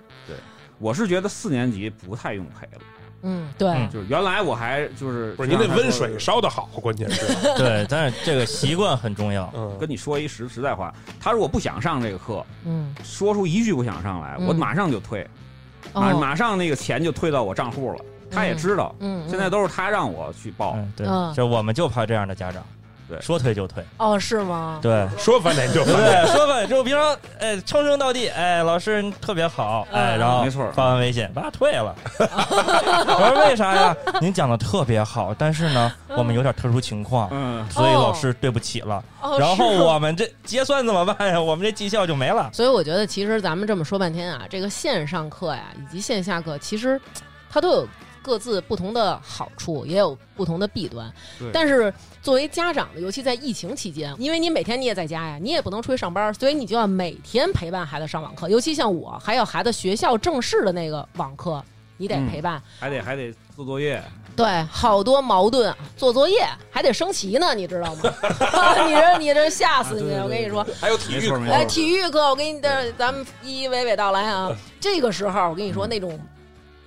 S5: 我是觉得四年级不太用陪了，
S3: 嗯，对
S6: 嗯，
S5: 就是原来我还就是
S4: 不是您那
S5: 像他说
S4: 温水烧的好，关键是，
S5: (laughs)
S6: 对，但是这个习惯很重要。
S4: 嗯，
S5: 跟你说一实实在话，他如果不想上这个课，
S3: 嗯，
S5: 说出一句不想上来，
S3: 嗯
S5: 我马上就退。马
S3: 哦，
S5: 马上那个钱就退到我账户了。他也知道，
S3: 嗯，嗯
S5: 现在都是他让我去报。
S6: 嗯，对
S3: 嗯，
S6: 就我们就怕这样的家长，
S5: 对
S6: 说退就退，
S3: 哦，是吗？
S6: 对。
S4: 说翻脸就翻脸。
S6: 嗯对，说 (laughs) 吧，就比如说，哎，称兄道弟，哎，老师你特别好，
S3: 嗯
S6: 哎，然后
S5: 没错
S6: 发完微信，爸退了。 (laughs) 我说为啥 (laughs) 呀？您讲的特别好，但是呢，
S3: 嗯
S6: 我们有点特殊情况，
S5: 嗯，
S6: 所以老师对不起了。
S3: 哦，
S6: 然后
S3: 是吗
S6: 我们这结算怎么办呀？我们这绩效就没了。
S3: 所以我觉得，其实咱们这么说半天啊，这个线上课呀，以及线下课，其实它都有各自不同的好处，也有不同的弊端
S5: 对。
S3: 但是作为家长的，尤其在疫情期间，因为你每天你也在家呀，你也不能出去上班，所以你就要每天陪伴孩子上网课。尤其像我，还有孩子学校正式的那个网课，你得
S5: 嗯
S3: 陪伴。
S5: 还得还得做作业，
S3: 对，好多矛盾，啊做作业还得升旗呢，你知道吗？(laughs)
S5: (laughs)
S3: 你这你这吓死
S5: 啊对
S3: 你！
S5: 对对
S3: 我跟你说，
S5: 还有体育课，
S3: 哎，
S5: 没错
S3: 体育课，我给你
S5: 嗯
S3: 的，咱们一一娓娓道来啊。这个时候，我跟你说，那种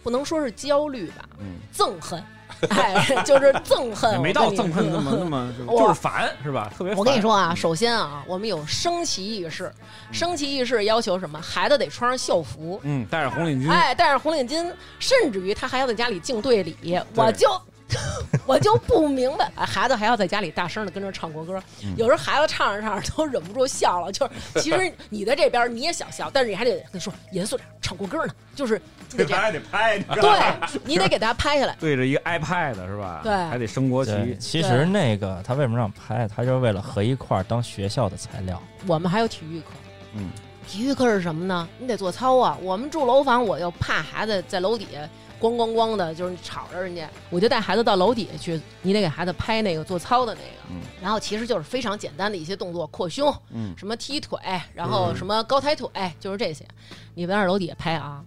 S3: 不能说是焦虑吧，
S5: 嗯，
S3: 憎恨，哎， (laughs) 就是憎
S5: 也
S3: 恨。
S5: 没
S3: 我
S5: 到
S3: 跟你
S5: 憎恨那么
S3: (laughs)
S5: 那么，就
S3: 哇
S5: 就是烦是吧？特别烦。
S3: 我跟你说啊，首先啊，我们有升旗仪式，升旗仪式要求什么？孩子得穿上校服，
S5: 嗯，戴着红领巾，
S3: 哎，戴上红领巾，甚至于他还要在家里敬队礼，我就。 (laughs) 我就不明白，哎孩子还要在家里大声的跟着唱国歌，
S5: 嗯
S3: 有时候孩子唱着唱着都忍不住笑了。就是其实你在这边你也想笑，但是你还得跟他说严肃点，唱国歌呢，就是你得这
S4: (laughs)
S3: 样，
S5: 还得拍，
S4: 啊
S5: 你知道吗
S3: 对你得给他拍下来。
S5: 对着一个 iPad 是吧？
S3: 对
S5: 还得升国旗。
S6: 对，其实那个他为什么让拍？他就是为了合一块儿当学校的材 (laughs) 料。
S3: 我们还有体育课，
S5: 嗯，
S3: 体育课是什么呢？你得做操啊。我们住楼房，我又怕孩子在楼底下咣咣咣的，就是吵着人家，我就带孩子到楼底下去，你得给孩子拍那个做操的那个。
S5: 嗯
S3: 然后其实就是非常简单的一些动作，扩胸，
S5: 嗯，
S3: 什么踢腿，然后什么高抬腿，就是这些。你在那楼底下拍啊，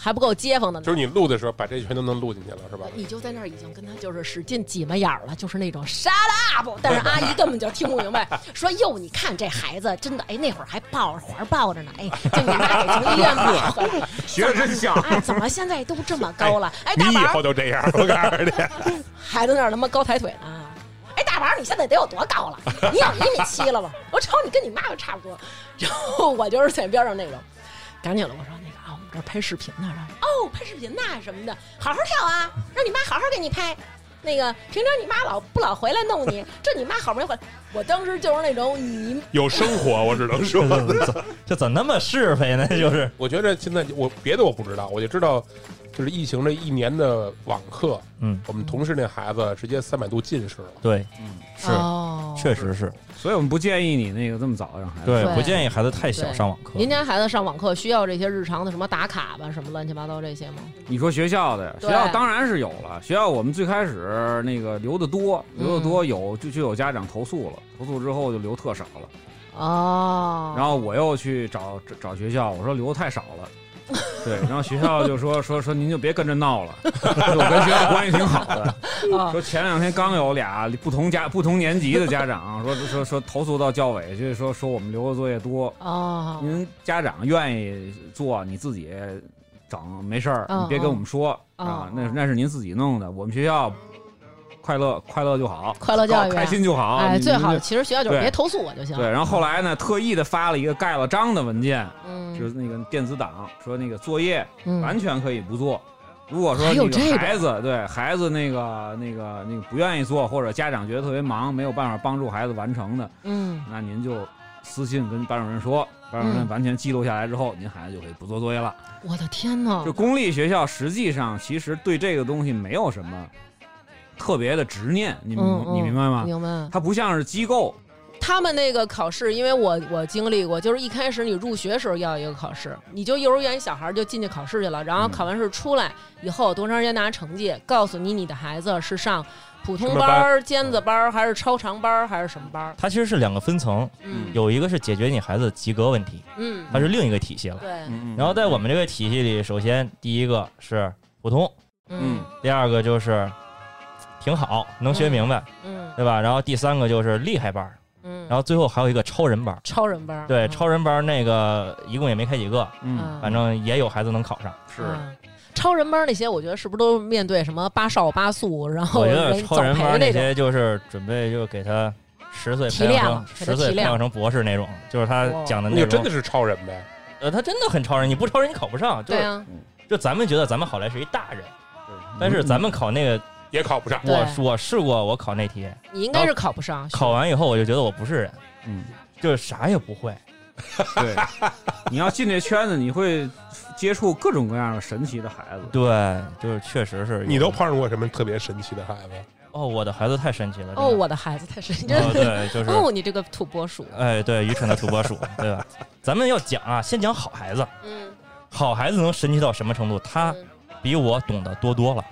S3: 还不够街坊的呢。
S4: 就是你录的时候，把这全都能录进去了，是吧？
S3: 你就在那儿已经跟他就是使劲挤眉眼儿了，就是那种 shut up，但是阿姨根本就听不明白，说哟，你看这孩子真的，哎，那会儿还抱着环抱着呢，哎，就你妈给从医院抱回来，
S5: 学的真像。
S3: 哎，怎么现在都这么高了？哎，大
S4: 你以
S3: 宝
S4: 后就这样，我告诉你。
S3: 还在那儿他妈高抬腿呢。哎，大宝，你现在得有多高了？你有一米七了吧？我瞅你跟你妈妈差不多。然后我就是在边上那种，赶紧了，我说那个啊，我们这儿拍视频呢，然后哦，拍视频呐什么的，好好跳啊，让你妈好好给你拍。那个平常你妈老不老回来弄你，这你妈好不容易回来，我当时就是那种你
S4: 有生活，我只能说。
S6: 这 (laughs) 怎么那么是非呢？就是
S4: (laughs) 我觉得现在我别的我不知道，我就知道，就是疫情这一年的网课，
S6: 嗯，
S4: 我们同事那孩子直接三百度近视了。
S6: 对，
S5: 嗯，
S6: 是，
S3: 哦哎
S6: 确实是
S5: 所以我们不建议你那个这么早让孩子。
S6: 对
S3: 对，
S6: 不建议孩子太小
S3: 对
S6: 上网课。
S3: 您家孩子上网课需要这些日常的什么打卡吧，什么乱七八糟这些吗？
S5: 你说学校的，学
S3: 对
S5: 校当然是有了。学校我们最开始那个留的多，留的多有就就有家长投诉了，投诉之后就留特少了。
S3: 哦，
S5: 然后我又去找找找学校，我说留的太少了，对，然后学校就说说说您就别跟着闹了， (laughs) 我跟学校关系挺好的。
S3: 啊
S5: 说前两天刚有俩不同家不同年级的家长说说说投诉到教委去，说说我们留的作业多，
S3: 啊
S5: 您家长愿意做你自己整没事儿，
S3: 嗯
S5: 你别跟我们说
S3: 嗯
S5: 啊
S3: 嗯，
S5: 那那是您自己弄的，我们学校快乐快乐就好，
S3: 快乐教育
S5: 高开心就好，
S3: 哎，
S5: 啊你
S3: 最好
S5: 你
S3: 其实学校就是
S5: 对
S3: 别投诉我就行。
S5: 对，然后后来呢，特意的发了一个盖了章的文件，就
S3: 嗯
S5: 是那个电子档，说那个作业
S3: 嗯，
S5: 完全可以不做。如果说
S3: 还有
S5: 那
S3: 这
S5: 个孩子对孩子那个那个那个不愿意做，或者家长觉得特别忙，没有办法帮助孩子完成的，
S3: 嗯
S5: 那您就私信跟班主任说，班主任
S3: 嗯
S5: 完全记录下来之后，您孩子就可以不做作业了。
S3: 我的天呐
S5: 就，公立学校实际上其实对这个东西没有什么特别的执念，你明
S3: 嗯嗯
S5: 你明白吗？
S3: 明白。
S5: 它不像是机构，
S3: 他们那个考试，因为我我经历过，就是一开始你入学时候要有一个考试，你就幼儿园小孩儿就进去考试去了，然后
S5: 嗯
S3: 考完试出来以后多长时间拿成绩，告诉你你的孩子是上普通
S4: 什么
S3: 班
S4: 班
S3: 儿、尖子班儿还是超长班儿还是什么班儿？
S6: 它其实是两个分层，
S3: 嗯
S6: 有一个是解决你孩子及格问题，
S3: 嗯，
S6: 它是另一个体系了。
S3: 对，
S5: 嗯
S6: 然后在我们这个体系里，首先第一个是普通，
S5: 嗯
S3: 嗯
S6: 第二个就是挺好，能学明白，
S3: 嗯
S6: 对吧？然后第三个就是厉害班儿，
S3: 嗯，
S6: 然后最后还有一个超人班儿。
S3: 超人班儿
S6: 对，
S3: 嗯
S6: 超人班儿那个一共也没开几个，
S5: 嗯
S6: 反正也有孩子能考上。
S5: 是
S3: 嗯超人班儿那些，我觉得是不是都面对什么八少八素，然后
S6: 我觉得
S3: 人
S6: 超人
S3: 早
S6: 班
S3: 培
S6: 儿那
S3: 那种
S6: 些就是准备就给他十岁
S3: 提
S6: 培
S3: 炼
S6: 养
S3: 了
S6: 成
S3: 给他
S6: 十岁
S3: 提哦
S6: 培
S3: 炼
S6: 养成博士那种，就是他
S3: 哇
S6: 讲的
S4: 那
S6: 内
S4: 就真
S6: 容
S4: 的。是超人呗。
S6: 呃，他真的很超人，你不超人你考不上。就
S3: 对
S6: 是
S3: 啊，
S6: 就咱们觉得咱们好赖是一大人，但是
S5: 嗯
S6: 咱们考那个，
S4: 也考不上。
S3: 对
S6: 我我试过我考那题，
S3: 你应该是考不上，
S6: 哦考完以后我就觉得我不是人，
S5: 嗯，
S6: 就是啥也不会。
S5: 对，你要进这圈子，你会接触各种各样的神奇的孩子。
S6: 对，就是确实是有
S4: 你都碰上过什么特别神奇的孩子？
S6: 哦，我的孩子太神奇了。真的
S3: 哦，我的孩子太神经
S6: 哦
S3: (laughs) 了，
S6: 对，就是
S3: 哦，你这个土拨鼠，
S6: 哎，对，愚蠢的土拨鼠，对吧？咱们要讲啊，先讲好孩子，
S3: 嗯，
S6: 好孩子能神奇到什么程度？他
S3: 嗯
S6: 比我懂得多多了。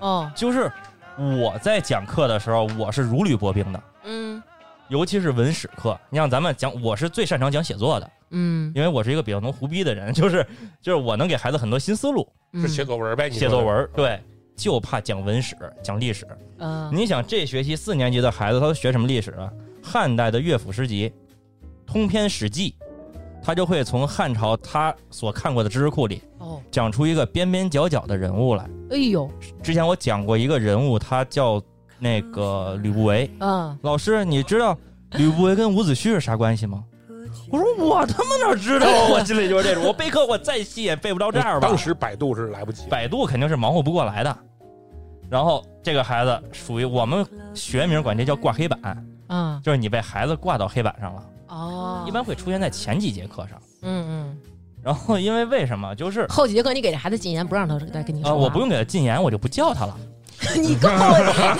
S3: 哦，
S6: 就是我在讲课的时候，我是如履薄冰的，
S3: 嗯
S6: 尤其是文史课。你像咱们讲，我是最擅长讲写作的，
S3: 嗯，
S6: 因为我是一个比较能胡逼的人， (laughs) 就是就是我能给孩子很多新思路，
S3: 嗯
S4: 是写作文呗？你
S6: 写
S4: 说的
S6: 作文儿，对。就怕讲文史、讲历史。
S3: 嗯
S6: 你想，这学期四年级的孩子，他都学什么历史啊？汉代的乐府诗集，通篇《史记》，他就会从汉朝他所看过的知识库里
S3: 哦，
S6: 讲出一个边边角角的人物来。
S3: 哎呦，
S6: 之前我讲过一个人物，他叫那个吕不韦，
S3: 嗯，
S6: 老师，你知道吕不韦跟伍子胥是啥关系吗？
S3: 嗯
S6: 我说我他妈哪知道
S3: (laughs)
S6: 啊！我心里就是这种，我备课我再细也背不着这样吧
S3: 哎
S4: 当。时百度是来不及，
S6: 百度肯定是忙活不过来的。然后这个孩子属于我们学名管这叫挂黑板，
S3: 嗯，
S6: 就是你被孩子挂到黑板上了，
S3: 哦，
S6: 一般，会出现在前几节课上。
S3: 嗯嗯，
S6: 然后因为为什么就是
S3: 后几节课你给这孩子禁言，不让他再跟你
S6: 啊、
S3: 说，
S6: 我不，用给他禁言，我就不叫他了。
S3: (laughs) 你够了，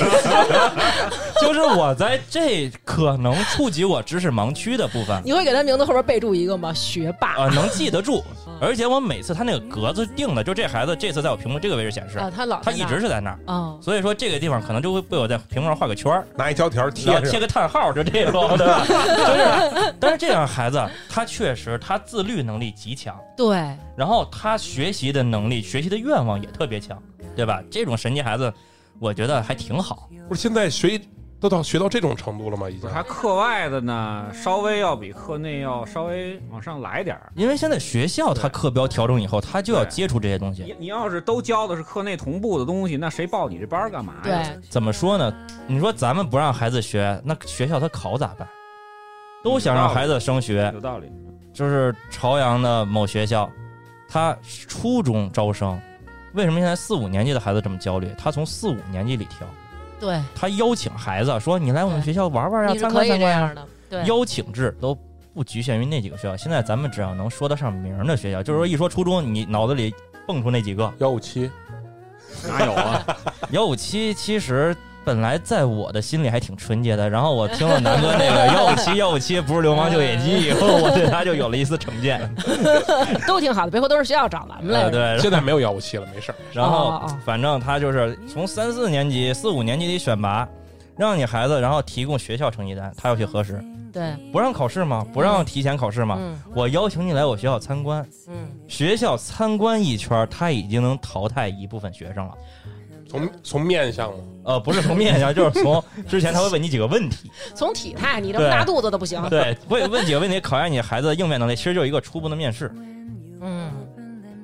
S6: (laughs) 就是我在这可能触及我知识盲区的部分，
S3: 你会给他名字后边备注一个吗？学霸
S6: 啊，能记得住，而且我每次他那个格子定的，就这孩子这次在我屏幕这个位置显示，
S3: 啊，他老
S6: 他一直
S3: 是，
S6: 是在那儿，
S3: 哦，
S6: 所以说这个地方可能就会被我在屏幕上画个圈儿，
S4: 拿一胶条贴
S6: 然后
S4: 上
S6: 贴。个叹号，就这种，对
S5: (laughs)
S6: 吧？就是，但是这样孩子，他确实他自律能力极强，
S3: 对，
S6: 然后他学习的能力、学习的愿望也特别强，对吧？这种神奇孩子，我觉得还挺好。
S4: 不是现在学都到学到这种程度了吗？已
S5: 不
S4: 经
S5: 是，他课外的呢，稍微要比课内要稍微往上来点儿。
S6: 因为现在学校他
S5: 对
S6: 课标调整以后，他就要
S5: 对
S6: 接触这些东西
S5: 你。你要是都教的是课内同步的东西，那谁报你这班儿干嘛呀？
S3: 对，
S6: 怎么说呢？你说咱们不让孩子学，那学校他考咋办？都想让孩子升学，
S5: 有道理。
S6: 就是朝阳的某学校，他初中招生，为什么现在四五年级的孩子这么焦虑？他从四五年级里挑，
S3: 对，
S6: 他邀请孩子说：“你来我们学校玩玩呀，
S3: 你是
S6: 参
S3: 可
S6: 观啊
S3: 以
S6: 参
S3: 这
S6: 观呀。
S3: 样的，对”，
S6: 邀请制都不局限于那几个学校，现在咱们只要能说得上名儿的学校，就是说一说初中，你脑子里蹦出那几个。
S4: 幺五七
S5: 哪有啊？
S6: 幺五七其实本来在我的心里还挺纯洁的，然后我听了南哥那个幺五七幺五七不是流氓就野鸡以后， (laughs) 我对他就有了一丝成见。
S3: (laughs) 都挺好的，别回头是学校找咱们来着，
S6: 呃，
S4: (laughs)
S6: 对，
S4: 现在没有幺五七了，没事儿。
S6: 然
S3: 哦
S6: 后
S3: 哦哦
S6: 反正他就是从三四年级、四五年级里选拔，让你孩子，然后提供学校成绩单，他要去核实。
S3: 对，对，
S6: 不让考试吗？不让提前考试吗？
S3: 嗯
S6: 我邀请你来我学校参观，
S3: 嗯，
S6: 学校参观一圈儿，他已经能淘汰一部分学生了。
S4: 从从面相嘛，
S6: 呃，不是从面相，就是从之前他会问你几个问题，
S3: 从体态，你这么
S6: 对
S3: 大肚子都不行。 (laughs)
S6: 对，问问几个问题考验你孩子的应变能力，其实就是一个初步的面试。
S3: 嗯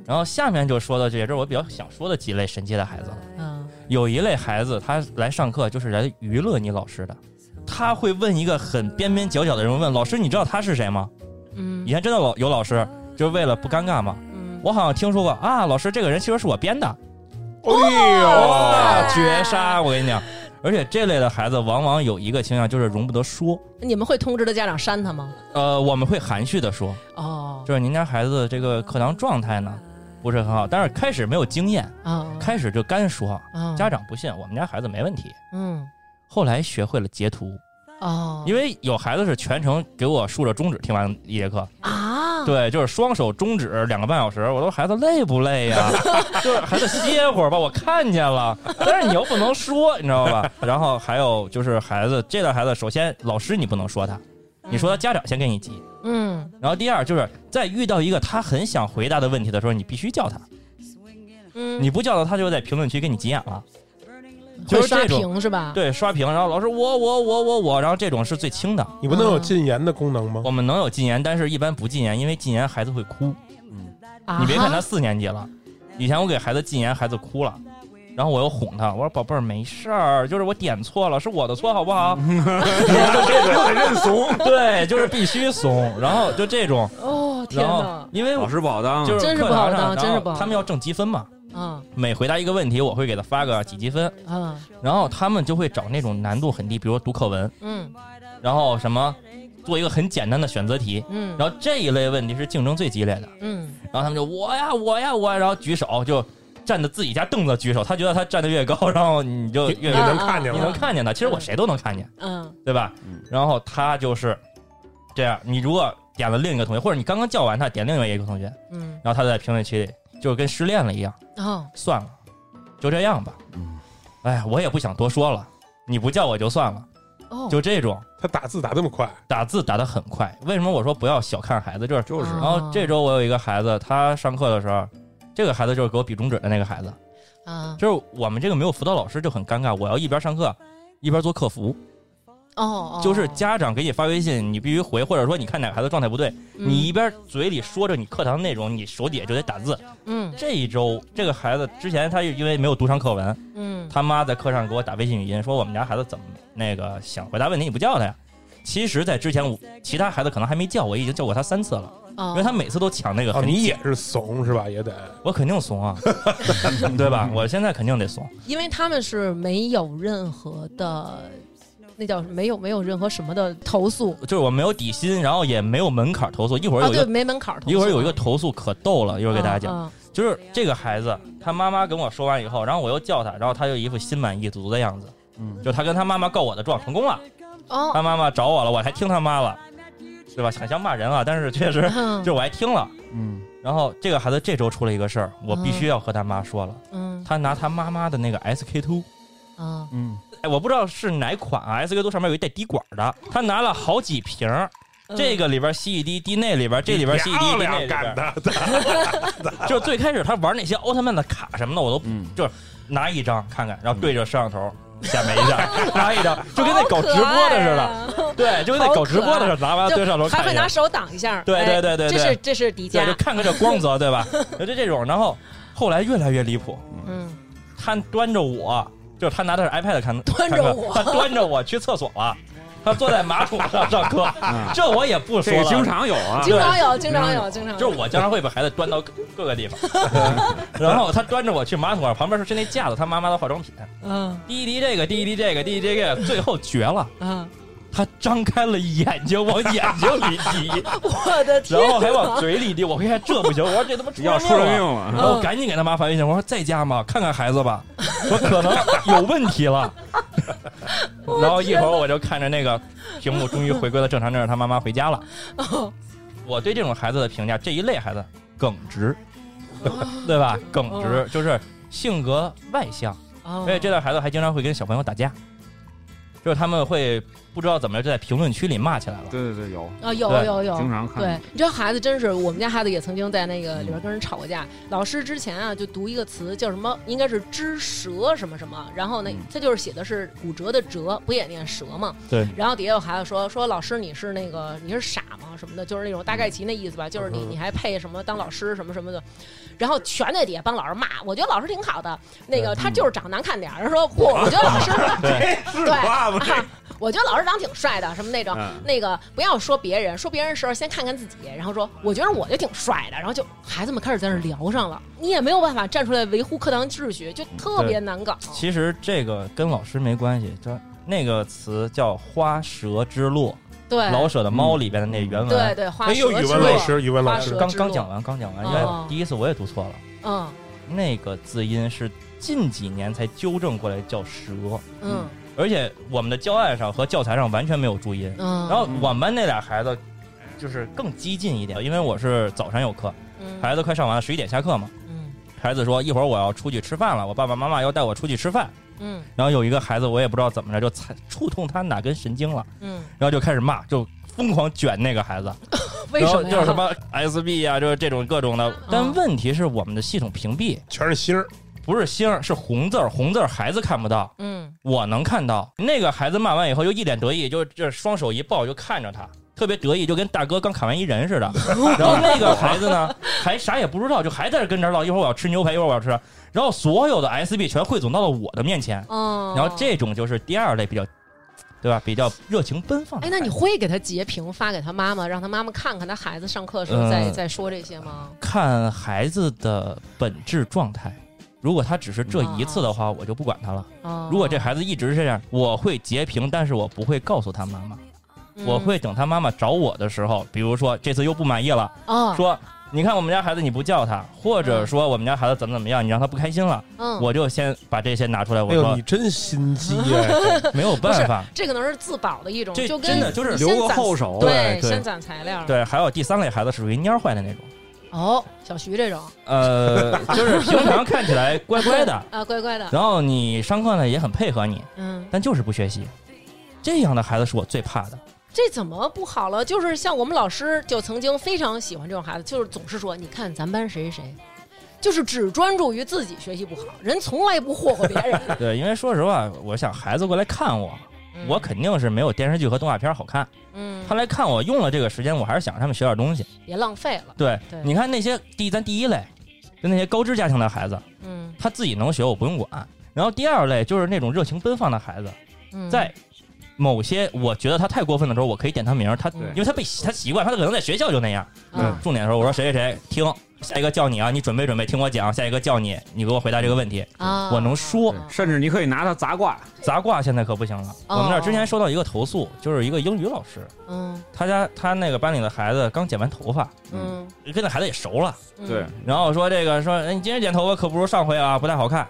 S6: 然后下面就说到这些，这是我比较想说的几类神奇的孩子了。
S3: 嗯
S6: 有一类孩子，他来上课就是来娱乐你老师的，他会问一个很边边角角的人问老师，你知道他是谁吗？以
S3: 嗯
S6: 前真的老有老师就是为了不尴尬嘛，
S3: 嗯，
S6: 我好像听说过啊，老师这个人其实是我编的，
S4: 哎
S6: 哇，绝杀！我跟你讲，而且这类的孩子往往有一个倾向，就是容不得说。
S3: 你们会通知的家长删他吗？
S6: 呃，我们会含蓄的说，
S3: 哦
S6: 就是您家孩子这个课堂状态呢不是很好，但是开始没有经验，
S3: 啊
S6: 开始就干说，
S3: 啊
S6: 家长不信，我们家孩子没问题。
S3: 嗯
S6: 后来学会了截图，
S3: 哦，
S6: 因为有孩子是全程给我竖着中指听完一节课，
S3: 啊
S6: 对，就是双手中指两个半小时，我说孩子累不累呀、就是孩子歇会儿吧，我看见了，但是你又不能说，你知道吧？然后还有就是孩子这类孩子，首先老师你不能说他，你说他家长先跟你急。
S3: 嗯
S6: 然后第二就是在遇到一个他很想回答的问题的时候，你必须叫他，
S3: 嗯，
S6: 你不叫他，他就在评论区给你急眼了，
S5: 嗯
S6: 就
S3: 会
S6: 是
S3: 刷
S6: 这种
S3: 屏啊是吧？
S6: 对刷屏，然后老师我我我我我，然后这种是最轻的。
S4: 你不
S3: 嗯
S4: 能有禁言的功能吗？
S6: 我们能有禁言，但是一般不禁言，因为禁言孩子会哭。
S3: 啊哈，
S6: 你别看他四年级了，以前我给孩子禁言，孩子哭了，然后我又哄他，我说宝贝儿没事儿，就是我点错了，是我的错，好不好？
S5: 得 (laughs) 认怂。
S6: 对，就是必须怂，然后就这种，
S3: 哦天
S6: 然后
S3: 哪，
S6: 因为
S5: 老
S6: 我
S5: 师不好当，
S6: 就是
S3: 真是
S6: 课
S3: 不好
S6: 堂
S3: 当
S6: 上，
S3: 真是
S6: 然
S3: 不好
S6: 后他们要挣积分嘛，
S3: 嗯
S6: 每回答一个问题，我会给他发个几积分，
S3: 嗯
S6: 然后他们就会找那种难度很低，比如说读课文，
S3: 嗯
S6: 然后什么做一个很简单的选择题。
S3: 嗯，
S6: 然后这一类问题是竞争最激烈的，
S3: 嗯
S6: 然后他们就我呀我呀我呀，然后举手就站着自己家凳子举手，他觉得他站得越高，然后你就
S4: 你
S6: 越
S4: 你
S3: 啊
S4: 能看见
S6: 你
S4: 吗？
S6: 能看见他。其实我谁都能看见，
S3: 嗯
S6: 对吧
S5: 嗯？
S6: 然后他就是这样，你如果点了另一个同学，或者你刚刚叫完他点另外一个同学，
S3: 嗯
S6: 然后他在评论区里就跟失恋了一样，
S3: 哦
S6: 算了，就这样吧。
S5: 嗯
S6: 哎，我也不想多说了，你不叫我就算了，
S3: 哦，
S6: 就这种。
S4: 他打字打这么快，
S6: 打字打得很快，为什么我说不要小看孩子？就是
S5: 就是
S3: 啊
S6: 然后这周我有一个孩子，他上课的时候，这个孩子就是给我比中指的那个孩子，
S3: 啊
S6: 就是我们这个没有辅导老师就很尴尬，我要一边上课一边做客服，
S3: 哦，哦
S6: 就是家长给你发微信，你必须回，或者说你看哪个孩子状态不对，
S3: 嗯
S6: 你一边嘴里说着你课堂内容，你手底下就得打字。
S3: 嗯
S6: 这一周这个孩子之前他就因为没有读上课文，
S3: 嗯
S6: 他妈在课上给我打微信语音说我们家孩子怎么那个想回答问题你不叫他呀？其实，在之前我其他孩子可能还没叫，我已经叫过他三次了，
S3: 哦
S6: 因为他每次都抢那个
S4: 哦，
S6: 很
S4: 你
S6: 紧
S4: 也是怂是吧？也得
S6: 我肯定怂啊，对吧？我现在肯定得怂。
S3: 因为他们是没有任何的，那叫没有没有任何什么的投诉
S6: 就是我没有底薪，然后也没有门槛投诉。一会儿
S3: 啊，
S6: 有一个、
S3: 对，没门槛儿投诉。
S6: 一会儿有一个投诉可逗了，一会儿给大家讲，
S3: 啊，
S6: 就是这个孩子，他妈妈跟我说完以后，然后我又叫他，然后他就一副心满意足的样子，
S5: 嗯
S6: 就他跟他妈妈告我的状成功了，
S3: 啊
S6: (laughs) 他妈妈找我了，我还听他妈了，对吧？很像骂人啊，但是确实
S3: 哦，
S6: 就我还听了。
S5: 嗯，
S6: 然后这个孩子这周出了一个事儿，我必须要和他妈说了，
S3: 嗯
S6: 他拿他妈妈的那个 SK two。
S3: 啊
S5: 嗯，
S6: 哎，我不知道是哪款啊，SK two 上面有一带滴管的，他拿了好几瓶儿，
S3: 嗯
S6: 这个里边吸一滴，滴那里边，这里边吸一滴，
S4: 漂
S6: 滴那里
S4: 亮干
S6: 边。
S4: 的，
S6: (laughs) 就最开始他玩那些奥特曼的卡什么的，我都
S5: 嗯
S6: 拿一张看看，然后对着摄像头显摆
S3: (laughs)
S6: 一下，拿一张，就跟那搞直播的似的，
S3: 的，
S6: 对，就跟那搞直播的似的，拿完了
S3: 啊就
S6: 对着摄像头
S3: 还
S6: 看
S3: 会
S6: 一
S3: 拿
S6: 下，
S3: 手挡一下。
S6: 对
S3: 哎
S6: 对对对
S3: 这
S6: 对
S3: 是这是迪
S6: 对，就
S3: 迦。
S6: 看看这
S3: (laughs)
S6: 光泽，对吧？就这种，然后后来越来越离谱，
S3: 嗯
S6: 他端着我，就是他拿的是 iPad 看，
S3: (laughs) 端着
S6: 看课
S3: 我
S6: 他端着我去厕所了，他坐在马桶上上
S3: (laughs)
S6: 课，
S3: 啊
S6: 这我也不说
S5: 这
S6: 了，
S5: 个经常有啊，
S3: 经常有，经常有，经常有。
S6: 嗯就是我经常会把孩子端到各各个
S5: (laughs)
S6: 地方，然后他端着我去马桶旁边是那架子，他妈妈的化妆品，
S3: 嗯
S6: 滴一滴这个，滴一滴这个，滴一滴这个，最后绝了，
S3: 嗯， (laughs)
S6: 他张开了眼睛往眼睛里
S5: (laughs)
S6: 滴，
S3: 我的天哪！
S6: 然后还往嘴里滴，我看这不行，我说这他妈出人
S5: 要出人
S6: 命
S5: 命
S6: 了。
S5: 了。
S6: 然后我赶紧给他妈发微信，我说在家吗？看看孩子吧，我可能有问题了。然后一会儿我就看着那个屏幕，终于回归了正常，那是他妈妈回家了。我对这种孩子的评价，这一类孩子耿直，对吧？耿直就是性格外向，
S3: 哦
S6: 哎而且这类孩子还经常会跟小朋友打架，就是他们会不知道怎么着就在评论区里骂起来了。
S5: 对对对，有
S3: 啊，有
S6: 对
S3: 有有，
S5: 经常看
S3: 对，你知道孩子真是，我们家孩子也曾经在那个里边跟人吵过
S5: 嗯
S3: 架。老师之前啊，就读一个词叫什么，应该是“之折”什么什么，然后呢
S5: 嗯，
S3: 他就是写的是骨折的折，不也念折嘛？
S6: 对。
S3: 然后底下有孩子说说老师你是那个你是傻吗什么的，就是那种大概其那意思
S5: 嗯
S3: 吧，就是你你还配什么当老师什么什么的，然后全在底下帮老师骂。我觉得老师挺好的，那
S5: 嗯
S3: 个他就是长得难看点儿。人说不，我觉得老师
S5: 哎
S6: 对
S3: 对啊，我觉得老师长挺帅的，什么那种
S5: 嗯
S3: 那个不要说别人，说别人的时候先看看自己，然后说我觉得我就挺帅的，然后就孩子们开始在那儿聊上了，你也没有办法站出来维护课堂秩序，就特别难搞。
S6: 其实这个跟老师没关系，就那个词叫“花蛇之路”，
S3: 对
S6: 老舍的《猫》里边的那原文。
S3: 对对，花
S4: 哎呦，
S3: 蛇
S4: 语
S3: 之
S4: 文
S3: 路
S4: 老，师，语文老
S3: 花
S4: 师
S3: 蛇
S6: 刚
S3: 之
S6: 刚
S3: 路
S6: 讲完，刚讲完，因
S3: 哦
S6: 为第一次我也读错了，
S3: 嗯
S6: 那个字音是近几年才纠正过来叫蛇，
S3: 嗯
S6: 而且我们的教案上和教材上完全没有注音。
S3: 嗯，
S6: 然后我们班那俩孩子就是更激进一点，因为我是早上有课，
S3: 嗯
S6: 孩子快上完了，十一点下课嘛。
S3: 嗯
S6: 孩子说一会儿我要出去吃饭了，我爸爸妈妈要带我出去吃饭。
S3: 嗯
S6: 然后有一个孩子我也不知道怎么着就踩触痛他哪根神经了，
S3: 嗯，
S6: 然后就开始骂，就疯狂卷那个孩子，
S3: 为
S6: 然
S3: 什
S6: 后
S3: 么
S6: 就是什
S3: 呀？嗯
S6: 么 SB 啊，就是这种各种的。但问题是我们的系统屏蔽
S4: 全是星儿，
S6: 不是星儿是红字儿，红字儿孩子看不到，
S3: 嗯
S6: 我能看到。那个孩子骂完以后就一脸得意，就这双手一抱就看着他。特别得意，就跟大哥刚砍完一人
S3: (laughs)
S6: 似的。然后那个孩子呢，还啥也不知道，就还在这跟这儿唠。一会儿我要吃牛排，一会儿我要吃。然后所有的 SB 全汇总到了我的面前。
S3: 嗯，
S6: 然后这种就是第二类比较，对吧？比较热情奔放的
S3: 哎，
S6: 孩子。
S3: 那你会给他截屏发给他妈妈，让他妈妈看看他孩子上课的时候
S6: 嗯
S3: 在在说这些吗？
S6: 看孩子的本质状态。如果他只是这一次的话，
S3: 哦
S6: 我就不管他了。
S3: 啊，
S6: 如果这孩子一直是这样，我会截屏，但是我不会告诉他妈妈，
S3: 嗯
S6: 我会等他妈妈找我的时候，比如说这次又不满意了，
S3: 啊，
S6: 说你看我们家孩子你不叫他，或者说我们家孩子怎么怎么样，你让他不开心了，
S3: 嗯
S6: 我就先把这些拿出来，我
S4: 哎呦，
S6: 说
S4: 你真心机
S6: (laughs)
S4: 哎！
S6: 没有办法。
S3: 这可能是自保的一种，
S6: 这
S3: 就跟
S6: 真的就是
S3: 你先
S5: 留个
S3: 攒
S5: 后手。
S3: 对，
S6: 对对
S3: 先攒材料。，
S6: 对，还有第三类孩子是属于蔫坏的那
S3: (laughs)
S6: 种，
S3: 哦，小徐这种
S6: 呃，就是平常看起来乖乖
S3: (laughs)
S6: 的，
S3: 啊，乖乖的，
S6: 然后你上课呢也很配合你，
S3: 嗯，
S6: 但就是不学习。这样的孩子是我最怕
S3: (laughs)
S6: 的。
S3: 这怎么不好了？就是像我们老师就曾经非常喜欢这种孩子，就是总是说，你看咱班谁谁谁，就是只专注于自己学习不好，人从来不霍霍别人。
S6: 对，因为说实话，我想孩子过来看我， (laughs) 我肯定是没有电视剧和动画片好看。
S3: 嗯，
S6: 他来看我用了这个时间，我还是想让他们学点东西。
S3: 别浪费了。
S6: 对，
S3: 对
S6: 你看那些第咱第一类，就那些高知家庭的孩子，
S3: 嗯
S6: 他自己能学，我不用管。然后第二类就是那种热情奔放的孩子，
S3: 嗯，
S6: 在某些我觉得他太过分的时候，我可以点他名儿，他
S3: 对
S6: 因为他被他习惯，他可能在学校就那样。
S3: 嗯
S6: 重点的时候，我说谁谁谁听，下一个叫你啊，你准备准备，听我讲，下一个叫你，你给我回答这个问题。
S3: 啊，
S6: 我能说
S5: 对甚至你可以拿它砸挂，
S6: 杂挂现在可不行了。
S3: 哦
S6: 我们那儿之前收到一个投诉，就是一个英语老师，
S3: 嗯
S6: 他家他那个班里的孩子刚剪完头发，
S3: 嗯，
S6: 跟那孩子也熟了，
S3: 嗯
S5: 对，，
S6: 然后说这个说，哎，你今天剪头发可不如上回啊，不太好看。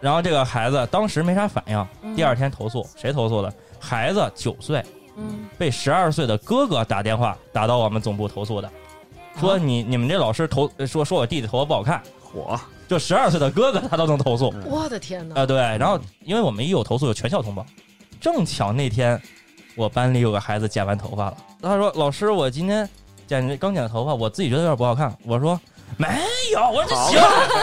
S6: 然后这个孩子当时没啥反应，
S3: 嗯
S6: 第二天投诉，谁投诉的？孩子九岁
S3: 嗯
S6: 被十二岁的哥哥打电话打到我们总部投诉的，说
S3: 啊
S6: 你你们这老师头说说我弟弟头发不好看，
S5: 火，
S6: 就十二岁的哥哥他都能投诉。
S3: 我的天哪
S6: 啊，，对，然后因为我们一有投诉，有全校通报。正巧那天我班里有个孩子剪完头发了，他说：“老师，我今天剪这刚剪的头发，我自己觉得有点不好看。”我说：“没有，我说这行，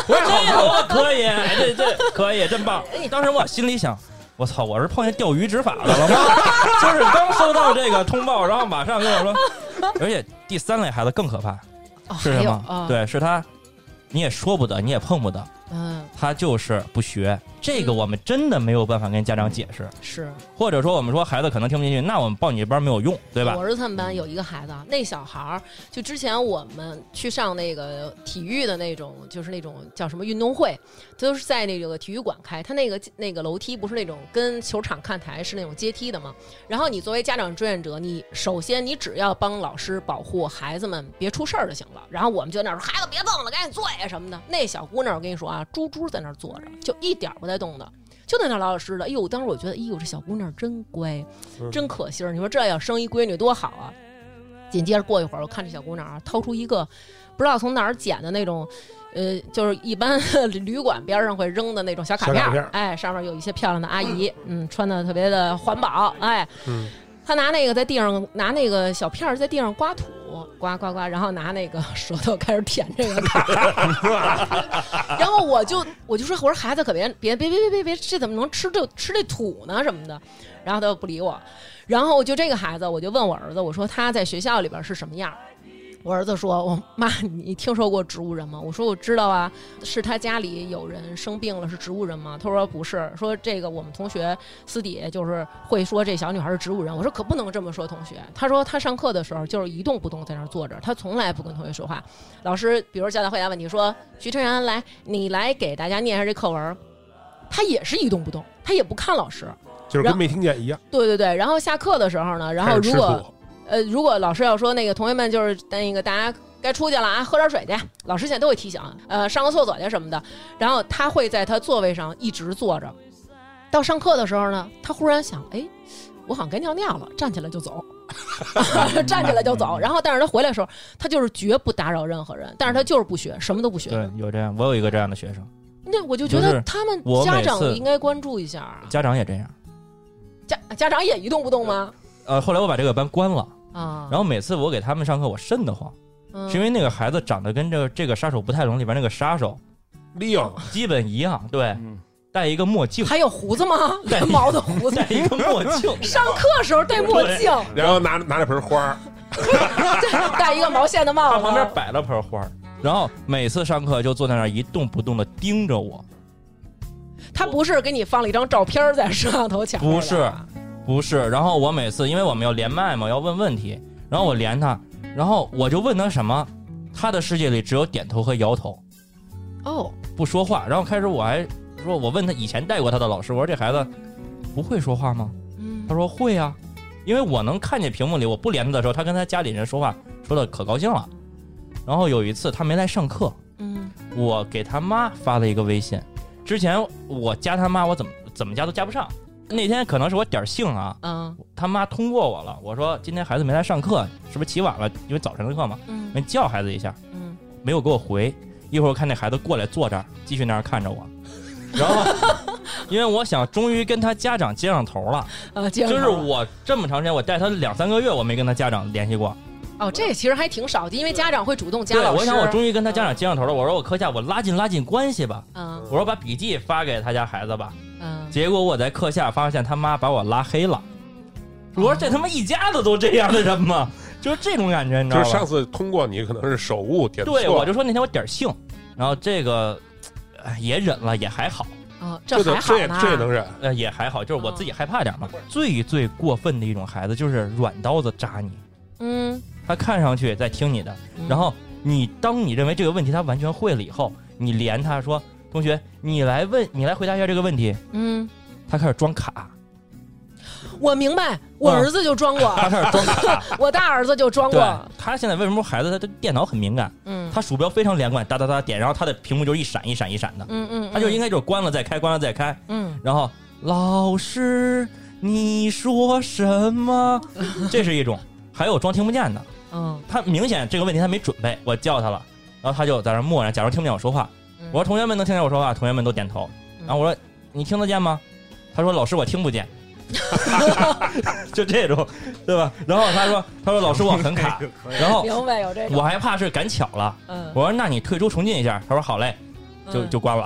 S6: 我说这头发可以，哎这这可以，真棒。”当时我心里想。我操！我是碰见钓鱼执法的了吗？ (laughs) 就是刚收到这个通报，然后马上跟我说，而且第三类孩子更可怕，
S3: 哦
S6: 是
S3: 还
S6: 什
S3: 有
S6: 么？，对，是他，你也说不得，你也碰不得，
S3: 嗯
S6: 他就是不学，这个我们真的没有办法跟家长解释，
S3: 是。
S6: 或者说我们说孩子可能听不进去，那我们报你班没有用，对吧
S3: 我？儿子他们班有一个孩子，啊，那小孩儿就之前我们去上那个体育的那种，就是那种叫什么运动会，都是在那个体育馆开。他那个那个楼梯不是那种跟球场看台是那种阶梯的嘛。然后你作为家长志愿者，你首先你只要帮老师保护孩子们别出事儿就行了。然后我们就在那儿说孩子别动了，赶紧坐呀什么的。那小姑娘我跟你说啊，猪猪在那儿坐着，就一点儿不带动的。就在那儿老老实实的，哎呦！当时我觉得，哎呦，这小姑娘真乖，
S4: 嗯
S3: 真可心儿。你说这要生一闺女多好啊！紧接着过一会儿，我看这小姑娘啊，掏出一个不知道从哪儿捡的那种，呃，就是一般旅馆边上会扔的那种小卡
S4: 小
S3: 片
S4: 卡
S3: 儿，
S4: 片儿
S3: 哎，上面有一些漂亮的阿姨，嗯，穿的特别的环保，哎，
S4: 嗯
S3: 他拿那个在地上拿那个小片儿在地上刮土，刮刮刮，然后拿那个 (laughs) 舌头开始舔这个坎儿， (laughs) 然后我就我就说我说孩子可别别别别别别别，这怎么能吃这吃这土呢什么的，然后他就不理我，然后我就这个孩子我就问我儿子我说他在学校里边是什么样儿。我儿子说：“我妈，你听说过植物人吗？”我说：“我知道啊，是他家里有人生病了，是植物人吗？”他说：“不是，说这个我们同学私底下就是会说这小女孩是植物人。”我说：“可不能这么说，同学。”他说：“他上课的时候就是一动不动在那儿坐着，他从来不跟同学说话。老师，比如教他回答问题，说：‘徐晨然，来，你来给大家念一下这课文。’他也是一动不动，他也不看老师。
S4: 嗯就是
S3: 然后
S4: 跟没听见一样。
S3: 对对对，然后下课的时候呢，然后
S4: 开始
S3: 如
S4: 吃
S3: 果……
S4: 土
S3: 呃，如果老师要说那个同学们就是那个大家该出去了啊，喝点水去，老师现在都会提醒，呃，上个厕所去什么的。然后他会在他座位上一直坐着，到上课的时候呢，他忽然想，哎，我好像该尿尿了，站起来就 (laughs) 走， (laughs) 站起来就走。然后，但是他回来的时候，他就是绝不打扰任何人，但是他就是不学，什么都不学。
S6: 对，有这样，我有一个这样的学生，
S3: 那我就觉
S6: 就
S3: 得
S6: 是
S3: 他们
S6: 我
S3: 家
S6: 每
S3: 长
S6: 次
S3: 应该关注一下啊，
S6: 家长也这样。
S3: 家家长也一动不动吗？
S6: 呃，后来我把这个班关了，
S3: 啊，
S6: 然后每次我给他们上课，我瘆得慌，
S3: 嗯
S6: 是因为那个孩子长得跟这这个杀手不太冷里边那个
S3: (laughs)
S6: 杀手
S4: ，Leo，
S6: 基本一样，对，
S5: 嗯
S6: 戴一个
S3: (laughs)
S6: 墨镜，
S3: 还有胡子吗？连 (laughs) 毛的胡子
S6: 戴。一个墨
S3: (laughs)
S6: 镜，
S3: 上课时候戴墨镜，
S4: 然后拿拿着盆花儿，
S3: (laughs) 戴一个毛线的帽
S6: 他
S3: 子，
S6: 旁边摆了盆花儿，然后每次上课就坐在那儿一动不动的盯着我，
S3: 他不是给你放了一张照片在摄像头前面的，
S6: 不是不是，然后我每次因为我们要连麦嘛，要问问题，然后我连他，然后我就问他什么，他的世界里只有点头和摇头，
S3: 哦，
S6: 不说话。然后开始我还说，我问他以前带过他的老师，我说这孩子不会说话吗？
S3: 嗯
S6: 他说会啊，因为我能看见屏幕里我不连他的时候，他跟他家里人说话说的可高兴了。然后有一次他没来上课，
S3: 嗯
S6: 我给他妈发了一个微信，之前我加他妈我怎么怎么加都加不上，那天可能是我点儿性啊。
S3: 嗯
S6: 他妈通过我了，我说今天孩子没来上课，是不是起晚了？因为早晨的课嘛，
S3: 嗯
S6: 没叫孩子一下，
S3: 嗯，
S6: 没有给我回。一会儿我看那孩子过来坐这儿，继续那儿看着我，然后因为我想终于跟他家长接上头了，
S3: 呃，接着
S6: 就是
S3: 说
S6: 我这么长时间，我带他两三个月，我没跟他家长联系过。
S3: 哦，这其实还挺少的，因为家长会主动加
S6: 对，
S3: 老师。
S6: 我想我终于跟他家长接上头了。我说我课下我拉近拉近关系吧，
S3: 嗯
S6: 我说把笔记发给他家孩子吧。
S3: 嗯，
S6: 结果我在课下发现他妈把我拉黑了。我说这他妈一家子都这样的人吗？就是这种感觉，你知
S4: 就
S6: 道
S4: 是上
S6: 吧？
S4: 次通过你可能是手误点错，
S6: 对，我就说那天我点儿性，然后这个哎也忍了，也还好，
S3: 哦，
S4: 这
S3: 还
S4: 能
S3: 好
S4: 这也
S3: 呢，
S4: 这也能
S3: (laughs)
S4: 忍，
S6: 呃也还好，就是我
S3: 嗯
S6: 自己害怕点儿嘛。最最过分的一种孩子就是软刀子扎你，
S3: 嗯，
S6: 他看上去在听你的，
S3: 嗯
S6: 然后你当你认为这个问题他完全会了以后，你连他说同学，你来问，你来回答一下这个问题，
S3: 嗯，
S6: 他开始装卡，
S3: 我明白，我
S6: 嗯
S3: 儿子就装过，
S6: (laughs) 他开始装卡。
S3: (laughs) 我大儿子就装
S6: 对
S3: 过，
S6: 他现在为什么孩子他对电脑很敏感？
S3: 嗯，
S6: 他鼠标非常连贯，哒哒哒哒点，然后他的屏幕就是一闪一闪一闪的，
S3: 嗯嗯，
S6: 他就应
S3: 该
S6: 该就是关了再开，关了再开，
S3: 嗯
S6: 然后老师你说什么？ (laughs) 这是一种，还有装听不见的，
S3: 嗯
S6: 他明显这个问题他没准备，我叫他了，然后他就在那儿默然，假装听不见我说话。
S3: 嗯
S6: 我说同学们能听见我说话，同学们都点头，然后我说你听得见吗？他说老师我听不见。 (laughs) 就这种，对吧？然后他说：“他说老师我很卡，然后
S3: 明白有这
S6: 我
S3: 种，
S6: 还怕是赶巧了，
S3: 嗯，
S6: 我说那你退出重进一下，他说好嘞，就
S3: 嗯
S6: 就关了。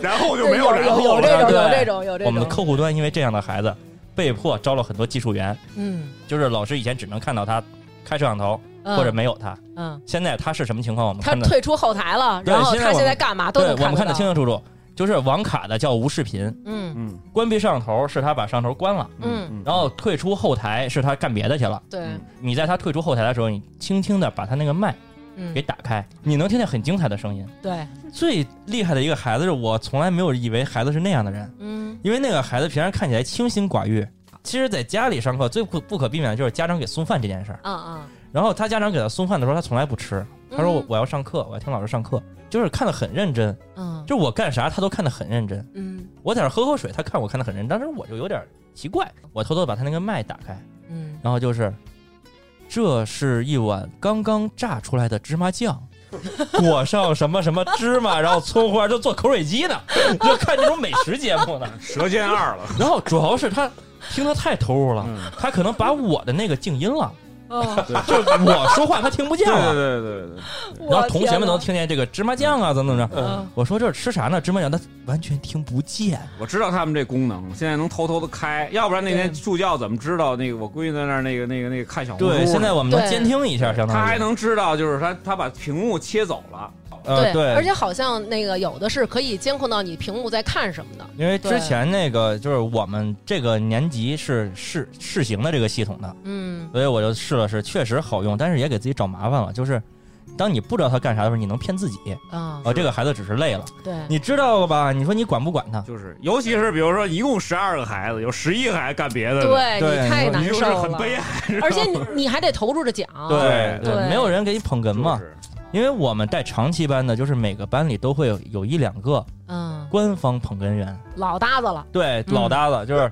S4: 然
S5: 嗯
S4: 后就
S3: 对
S4: 没
S3: 有
S4: 然
S3: 有
S4: 后
S3: 这
S4: 了。
S3: 种有
S6: (laughs) 对
S3: 这种有这种，
S6: 我们的客户端因为这样的孩子，被迫招了很多技术员，
S3: 嗯，
S6: 就是老师以前只能看到他开摄像头
S3: 嗯
S6: 或者没有他，
S3: 嗯。
S6: 现在他是什么情况我们
S3: 他
S6: 看的，
S3: 退出后台了，
S6: 对
S3: 然后
S6: 现在
S3: 他
S6: 我
S3: 现
S6: 们
S3: 在干嘛都
S6: 对
S3: 能
S6: 我们看得
S3: 到
S6: 清。清楚楚。就是网卡的叫无视频，
S3: 嗯
S5: 嗯
S6: 关闭摄像头是他把摄像头关了，
S3: 嗯，
S6: 然后退出后台是他干别的去了。
S3: 对，
S6: 你在他退出后台的时候，你轻轻的把他那个麦
S3: 嗯
S6: 给打开，你能听见很精彩的声音。
S3: 对，
S6: 最厉害的一个孩子是我从来没有以为孩子是那样的人，
S3: 嗯
S6: 因为那个孩子平常看起来清心寡欲。其实，在家里上课最不不可避免的就是家长给送饭这件事儿。
S3: 啊啊，
S6: 然后他家长给他送饭的时候，他从来不吃。 (laughs) 他说我：“我要上课，我要听老师上课。”就是看得很认真，
S3: 嗯
S6: 就是我干啥他都看得很认真。
S3: 嗯
S6: 我在那儿喝口水，他看我看得很认真，当时我就有点奇怪。我偷偷把他那个麦打开，
S3: 嗯，
S6: (laughs) 然后就是，这是一碗刚刚榨出来的芝麻酱，裹上什么什么芝麻，然后葱花，就做口水鸡呢，就看这种美食节目呢。
S5: 舌尖二了，
S6: 然后主要是他听得太投入了，
S5: 嗯
S6: 他可能把我的那个静音了，
S3: 哦，
S6: 就是我说话他听不见
S5: 对对
S6: 了。
S5: 对对对，
S6: 然后
S3: 我
S6: 同学
S3: 天
S6: 们能
S3: 哪
S6: 听见这个芝麻酱啊，怎么怎么着？
S3: 嗯
S6: 我说这是吃啥呢？芝麻酱他完全听不见。
S5: 我知道他们这功能，现在能偷偷的开，要不然那天
S3: 对
S5: 助教怎么知道那个我闺女在那儿那个那个那个看小红书呢？
S6: 对，现在我们能
S3: 对
S6: 监听一下，相当于
S5: 他还能知道，就是他他把屏幕切走了，
S6: 呃对，
S3: 而且好像那个有的是可以监控到你屏幕在看什么的。
S6: 因为
S3: 对
S6: 之前那个就是我们这个年级是试试行的这个系统的，
S3: 嗯，
S6: 所以我就试了试，确实好用，但是也给自己找麻烦了。就是当你不知道他干啥的时候，你能骗自己
S3: 啊，
S6: 哦，这个孩子只是累了，
S3: 对，
S6: (laughs) 你知道了吧？你说你管不管他？
S5: 就是尤其是比如说一共十二个孩子，有十一个还干别的呢，
S3: 对
S6: 对
S3: 你太
S5: 啊你
S3: 难
S5: 就
S3: 受
S5: 是
S3: 了，
S5: 很悲哀。
S3: 而且你你还得投入着讲，
S5: 对
S6: (laughs) 对
S3: 对
S6: 没有人给你捧哏嘛
S5: 就。是
S6: 因为我们带长期班的，就是每个班里都会有有一两个
S3: 嗯，
S6: 官方捧哏人，
S3: 老搭子了，
S6: 对，
S3: 嗯
S6: 老搭子就是，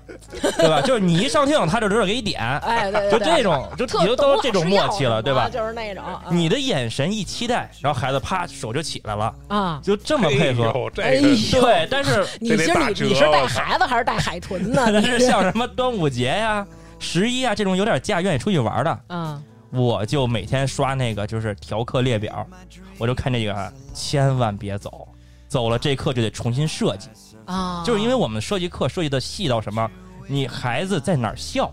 S3: (laughs)
S6: 对吧？就是你一上镜，他就知道给你点，
S3: 哎，对
S6: 就
S3: 对
S6: 这
S3: 对，
S6: 种，就
S3: 特
S6: 你就
S3: 懂
S6: 都
S3: 老
S6: 这种
S3: 师
S6: 默
S3: 要
S6: 契
S3: 什
S6: 了，
S3: 么
S6: 对吧？
S3: 就是那种啊
S6: 你的眼神一期待，然后孩子啪手就起来了，
S3: 啊，
S6: 就这么配合。
S4: 呦，
S3: 哎
S4: 这
S3: 呦
S4: 个，
S6: 对，
S3: (laughs)
S6: 但是
S3: 你
S4: 这
S3: 是
S4: 得打
S3: 你你
S4: 折哦
S3: 是带
S4: 我操
S3: 孩子还是带海豚呢？
S6: 但
S3: 你
S6: (laughs) 是像什么端午节呀、十一啊这种有点假愿意出去玩的，
S3: 啊，
S6: 我就每天刷那个就是调课列表，我就看这个，啊千万别走，走了这课就得重新设计，
S3: 啊，
S6: 就是因为我们设计课设计的细到什么。你孩子在哪儿笑？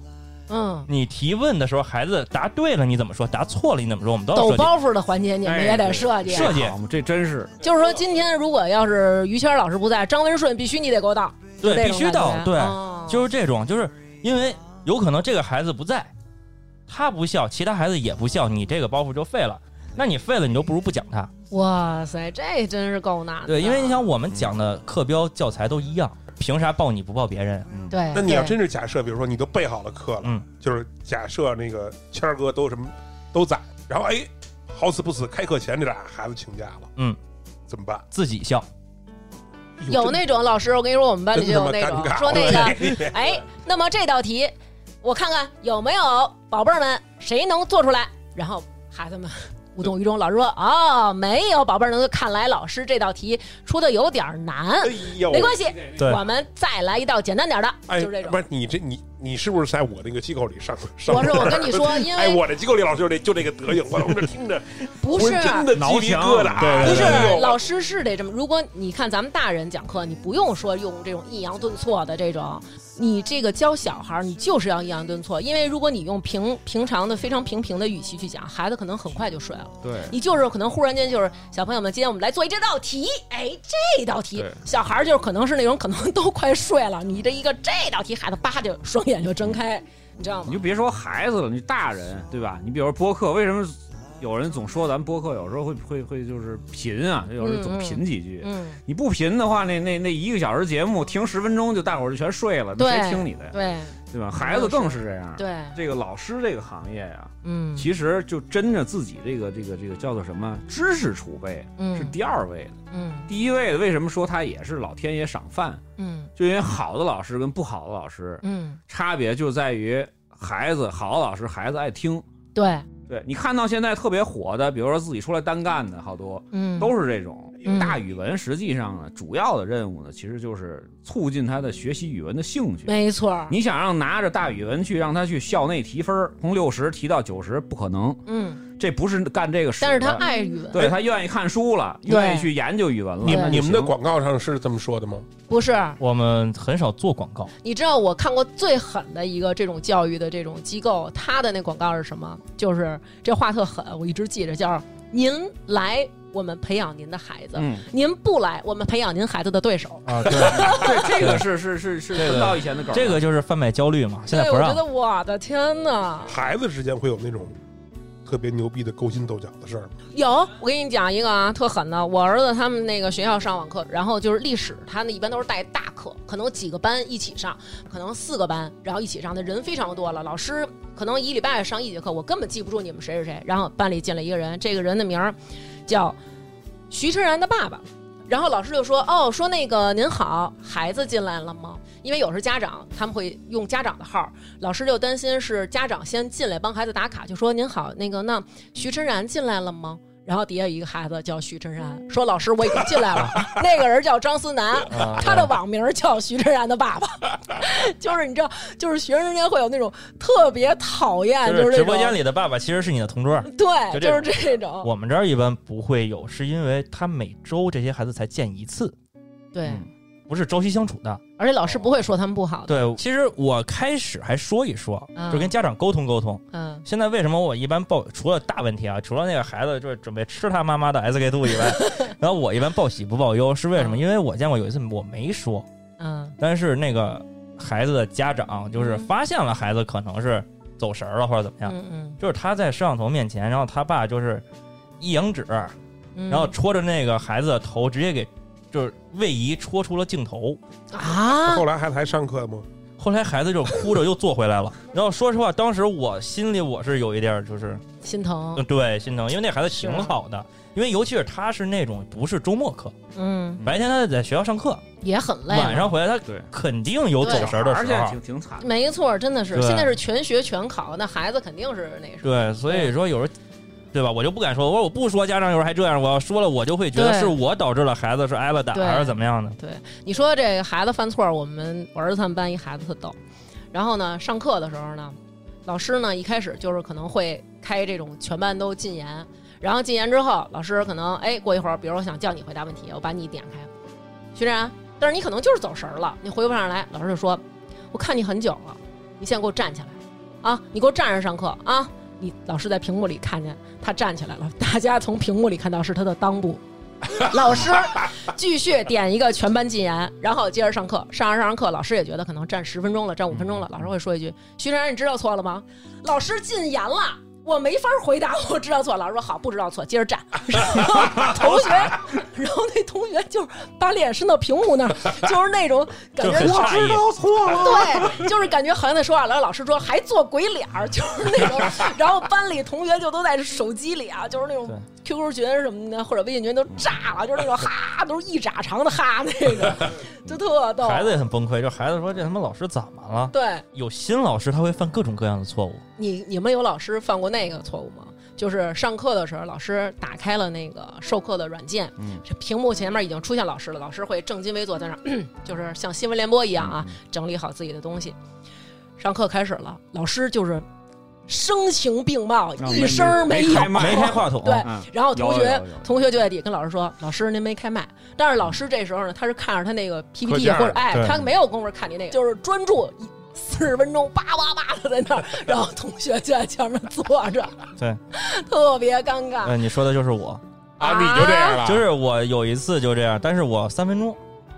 S3: 嗯，
S6: 你提问的时候，孩子答对了你怎么说？答错了你怎么说？我们都要
S3: 抖
S6: 设计。
S3: 包袱的环节你们
S5: 哎
S3: 也得
S5: 对
S3: 设计，
S6: 设计
S5: 好嘛这真是
S3: 就是说今天如果要是于谦老师不在，张文顺必须你得给我到，就
S6: 对，
S3: 这
S6: 必
S3: 种
S6: 须
S3: 感
S6: 到
S3: 觉
S6: 对。
S3: 哦
S6: 就是这种，就是因为有可能这个孩子不在，他不笑，其他孩子也不笑，你这个包袱就废了。那你废了，你就不如不讲他。
S3: 哇塞，这真是够难的。
S6: 对，因为你想，我们讲的课标教材都一样，凭啥报你不报别人？
S3: 对，
S4: 那你要
S3: 嗯对
S4: 真是假设，比如说你都备好了课了，
S6: 嗯
S4: 就是假设那个谦儿哥都什么都在，然后哎，好死不死，开课前这俩孩子请假了，
S6: 嗯，
S4: 怎么办？
S6: 自己笑，
S4: 哎呦
S3: 有那种老师，我跟你说，我们班里就有那
S4: 真他
S3: 种
S4: 妈尴尬
S3: 说那个，
S4: 对
S3: 哎，那么这道题，我看看有没有宝贝儿们谁能做出来，然后孩子们。无动于衷，老师说：“哦，没有，宝贝儿，能看来老师这道题出的有点难，
S4: 哎
S3: (laughs)
S4: 呦，
S3: 没关系，
S6: 对
S3: 我们再来一道简单点的，
S4: 哎，
S3: 就是这
S4: 不
S3: 种。
S4: 是你这你你是不是在我那个机构里上上
S3: 我
S4: 班
S3: 是
S4: 儿？
S3: 我跟你说，因
S4: 哎，
S3: 为
S4: 我这机构里老师就这就这个德行，我我这听着
S3: (laughs) 不
S4: 我
S3: 是啊
S4: 真的鸡皮疙瘩，
S5: (laughs) 挠墙
S3: 不是
S4: 哎呦
S3: 老师是得这么。如果你看咱们大人讲课，你不用说用这种抑扬顿挫的这种，你这个教小孩儿，你就是要抑扬顿挫，因为如果你用平平常的非常平平的语气去讲，孩子可能很快就睡了。
S5: 对。
S3: 你就是可能忽然间就是小朋友们，今天我们来做一这道题，哎，这道题
S5: 对
S3: 小孩儿就是可能是那种可能都快睡了，你这一个这道题，孩子叭就双眼就睁开，你知道
S5: 你
S3: 吗
S5: 就？别说孩子了，你大人对吧？你比如说播客，为什么有人总说咱们播客有时候会会会就是贫啊？有人总贫几句。
S3: 嗯，
S5: 你不贫的话，那那那一个小时节目听十分钟就大伙儿就全睡了，那
S3: 对
S5: 谁听你的呀？
S3: 对
S5: 对吧？孩子更是这样。
S3: 对，
S5: 这个老师这个行业呀、
S3: 嗯，
S5: 其实就真着自己这个这个这个叫做什么知识储备
S3: 嗯
S5: 是第二位的，
S3: 嗯
S5: 第一位的为什么说他也是老天爷赏饭？
S3: 嗯
S5: 就因为好的老师跟不好的老师
S3: 嗯，
S5: 差别就在于孩子好的老师孩子爱听，
S3: 对，
S5: 对你看到现在特别火的，比如说自己出来单干的好多
S3: 嗯，
S5: 都是这种。
S3: 嗯
S5: 大语文实际上呢，主要的任务呢，其实就是促进他的学习语文的兴趣。
S3: 没错儿，
S5: 你想让拿着大语文去让他去校内提分儿，从六十提到九十不可能，
S3: 嗯，
S5: 这不是干这个事。
S3: 但是他，爱语文，
S5: 对他愿意看书了，
S3: 对
S5: 愿意去研究语文了。
S4: 你
S3: 对
S4: 们你们的
S5: 广
S4: 广告上是这么说的吗？
S3: 不是？
S6: 我们很少做广告，
S3: 你知道我看过最狠的一个这种教育的这种机构，他的那广告是什么？就是这话特狠，我一直记着，叫“您来，我们培养您的孩子； (laughs)
S5: 嗯，
S3: 您不来，我们培养您孩子的对手
S6: 啊，对，
S5: 对，这个是是是是
S6: 这个
S5: 很早以前的梗儿。
S6: 这个就是贩卖焦虑嘛，”。现在
S3: 对，
S6: 不
S3: 我觉
S6: 让
S3: 得。我的天哪！
S4: 孩子之间会有那种特别牛逼的勾心斗角的事儿吗？
S3: 有，我给你讲一个啊，特狠的。我儿子他们那个学校上网课，然后就是历史，他那一般都是带大课，可能几个班一起上，可能四个班，然后一起上的人非常多了。老师可能一礼拜上一节课，我根本记不住你们谁是谁。然后班里进来一个人，这个人的名儿叫徐晨然的爸爸。然后老师就说：“哦，说那个您好，孩子进来了吗？因为有时候家长他们会用家长的号儿，老师就担心是家长先进来帮孩子打卡，就说您好，那个那徐晨然进来了吗？”然后底下一个孩子叫徐晨然，说老师我已经进来了， (laughs) 那个人叫张思
S6: (laughs)
S3: 南，他的网名叫徐晨然的爸爸， (laughs) 就是你知道，就是学生之间会有那种特别讨厌，
S6: 就是直播间
S3: 里
S6: 里的爸爸其实是你的同桌。
S3: 对，
S6: 就
S3: 就是
S6: 这种
S3: 这种，
S6: 我们这儿一般不会有，是因为他每周这些孩子才见一次，
S3: 对，
S6: 嗯不是朝夕相处的。
S3: 而且老师不会说他们不好的，
S6: 对，其实我开始还说一说
S3: 嗯，
S6: 就跟家长沟通沟通。
S3: 嗯，
S6: 现在为什么我一般报除了大问题啊，除了那个孩子就是准备吃他妈妈的 SK two
S3: (laughs)
S6: 以外，然后我一般报喜不报忧，是为什么？
S3: 嗯
S6: 因为我见过有一次我没说，
S3: 嗯
S6: 但是那个孩子的家长就是发现了孩子可能是走神儿了或者怎么样，
S3: 嗯
S6: 就是他在摄像头面前，然后他爸就是一扬指，
S3: 嗯，
S6: 然后戳着那个孩子的头，直接给就是位移戳出了镜头。
S3: 啊，
S4: 后来还还上课吗？
S6: 后来孩子就哭着又坐
S3: (laughs)
S6: 回来了，然后说实话，当时我心里我是有一点儿就是，
S3: 心疼
S6: 嗯，，对，心疼，因为那孩子
S3: 啊
S6: 挺好的，因为尤其是他是那种不是周末课，
S3: 嗯，
S6: 白天他在学校上课，
S3: 也很累，
S6: 晚上回来他
S5: 对
S6: 肯定有走神儿的
S5: 而
S6: 时
S5: 且
S6: 候啊
S5: 挺，挺惨的。
S3: 没错，真的是，
S6: 对
S3: 现在是全学全考，那孩子肯定是那什么。
S6: 对，所以说有时候。对吧？我就不敢说，我说我不说，家长有时候还这样，我要说了，我就会觉得
S3: 对
S6: 是我导致了孩子是挨了打
S3: 对
S6: 还是怎么样的。
S3: 你说这个孩子犯错，我们我儿子他们班一孩子特逗，然后呢，上课的时候呢，老师呢一开始就是可能会开这种全班都禁言，然后禁言之后，老师可能哎过一会儿，比如我想叫你回答问题，我把你点开，徐然，但是你可能就是走神儿了，你回不上来，老师就说，我看你很久了，你现在给我站起来啊，你给我站着上课啊。你老师在屏幕里看见他站起来了，大家从屏幕里看到是他的裆
S6: (laughs)
S3: 部。老师继续点一个全班禁言，然后接着上课。上着上着课，老师也觉得可能站十分钟了，站五分
S6: 嗯
S3: 钟了，老师会说一句：“徐晨，你知道错了吗？老师禁言了。”我没法回答，我知道错了。老师说好，不知道错，接着站。 (laughs) 然后同学，然后那同学就是把脸伸到屏幕那儿，就是那种感觉，
S6: 就很诧异
S4: 错了，
S3: 对，就是感觉好像在说话，然后老师说还做鬼脸儿，就是那种，然后班里同学就都在手机里啊，就是那种
S6: 对
S3: QQ 群什么的或者微信群都炸了，就是那种哈，都是一拃长的哈那个，就特逗。
S6: 孩子也很崩溃，就孩子说这他妈老师怎么了？
S3: 对
S6: 有新老师他会犯各种各样的错误，
S3: 你，你们有老师犯过那个错误吗？就是上课的时候，老师打开了那个授课的软件，
S5: 嗯
S3: 这屏幕前面已经出现老师了，老师会正襟危坐在那儿， (clears throat) 就是像新闻联播一样
S6: 嗯
S3: 啊，整理好自己的东西。上课开始了，老师就是声情并茂，
S5: 啊
S3: 一声儿
S5: 没
S3: 有，
S5: 开麦
S6: 没开话筒，
S3: 对
S5: 嗯
S3: 然后同
S5: 有有
S3: 学
S5: 有有
S3: 同学就在底下跟老师说：“老师，您没开麦。”但是老师这时候呢，他是看着他那个 PPT
S4: 课件儿
S3: 或者哎，
S4: 对
S3: 他没有功夫看你那个，就是专注四十分钟，叭叭叭的在那
S4: (laughs)
S3: 儿，然后同学就在前面坐着，
S6: 对，
S3: 特别尴尬。
S6: 嗯，你说的就是我，
S4: 啊，你就这样了，
S6: (laughs) 就是我有一次就这样，但是我三分钟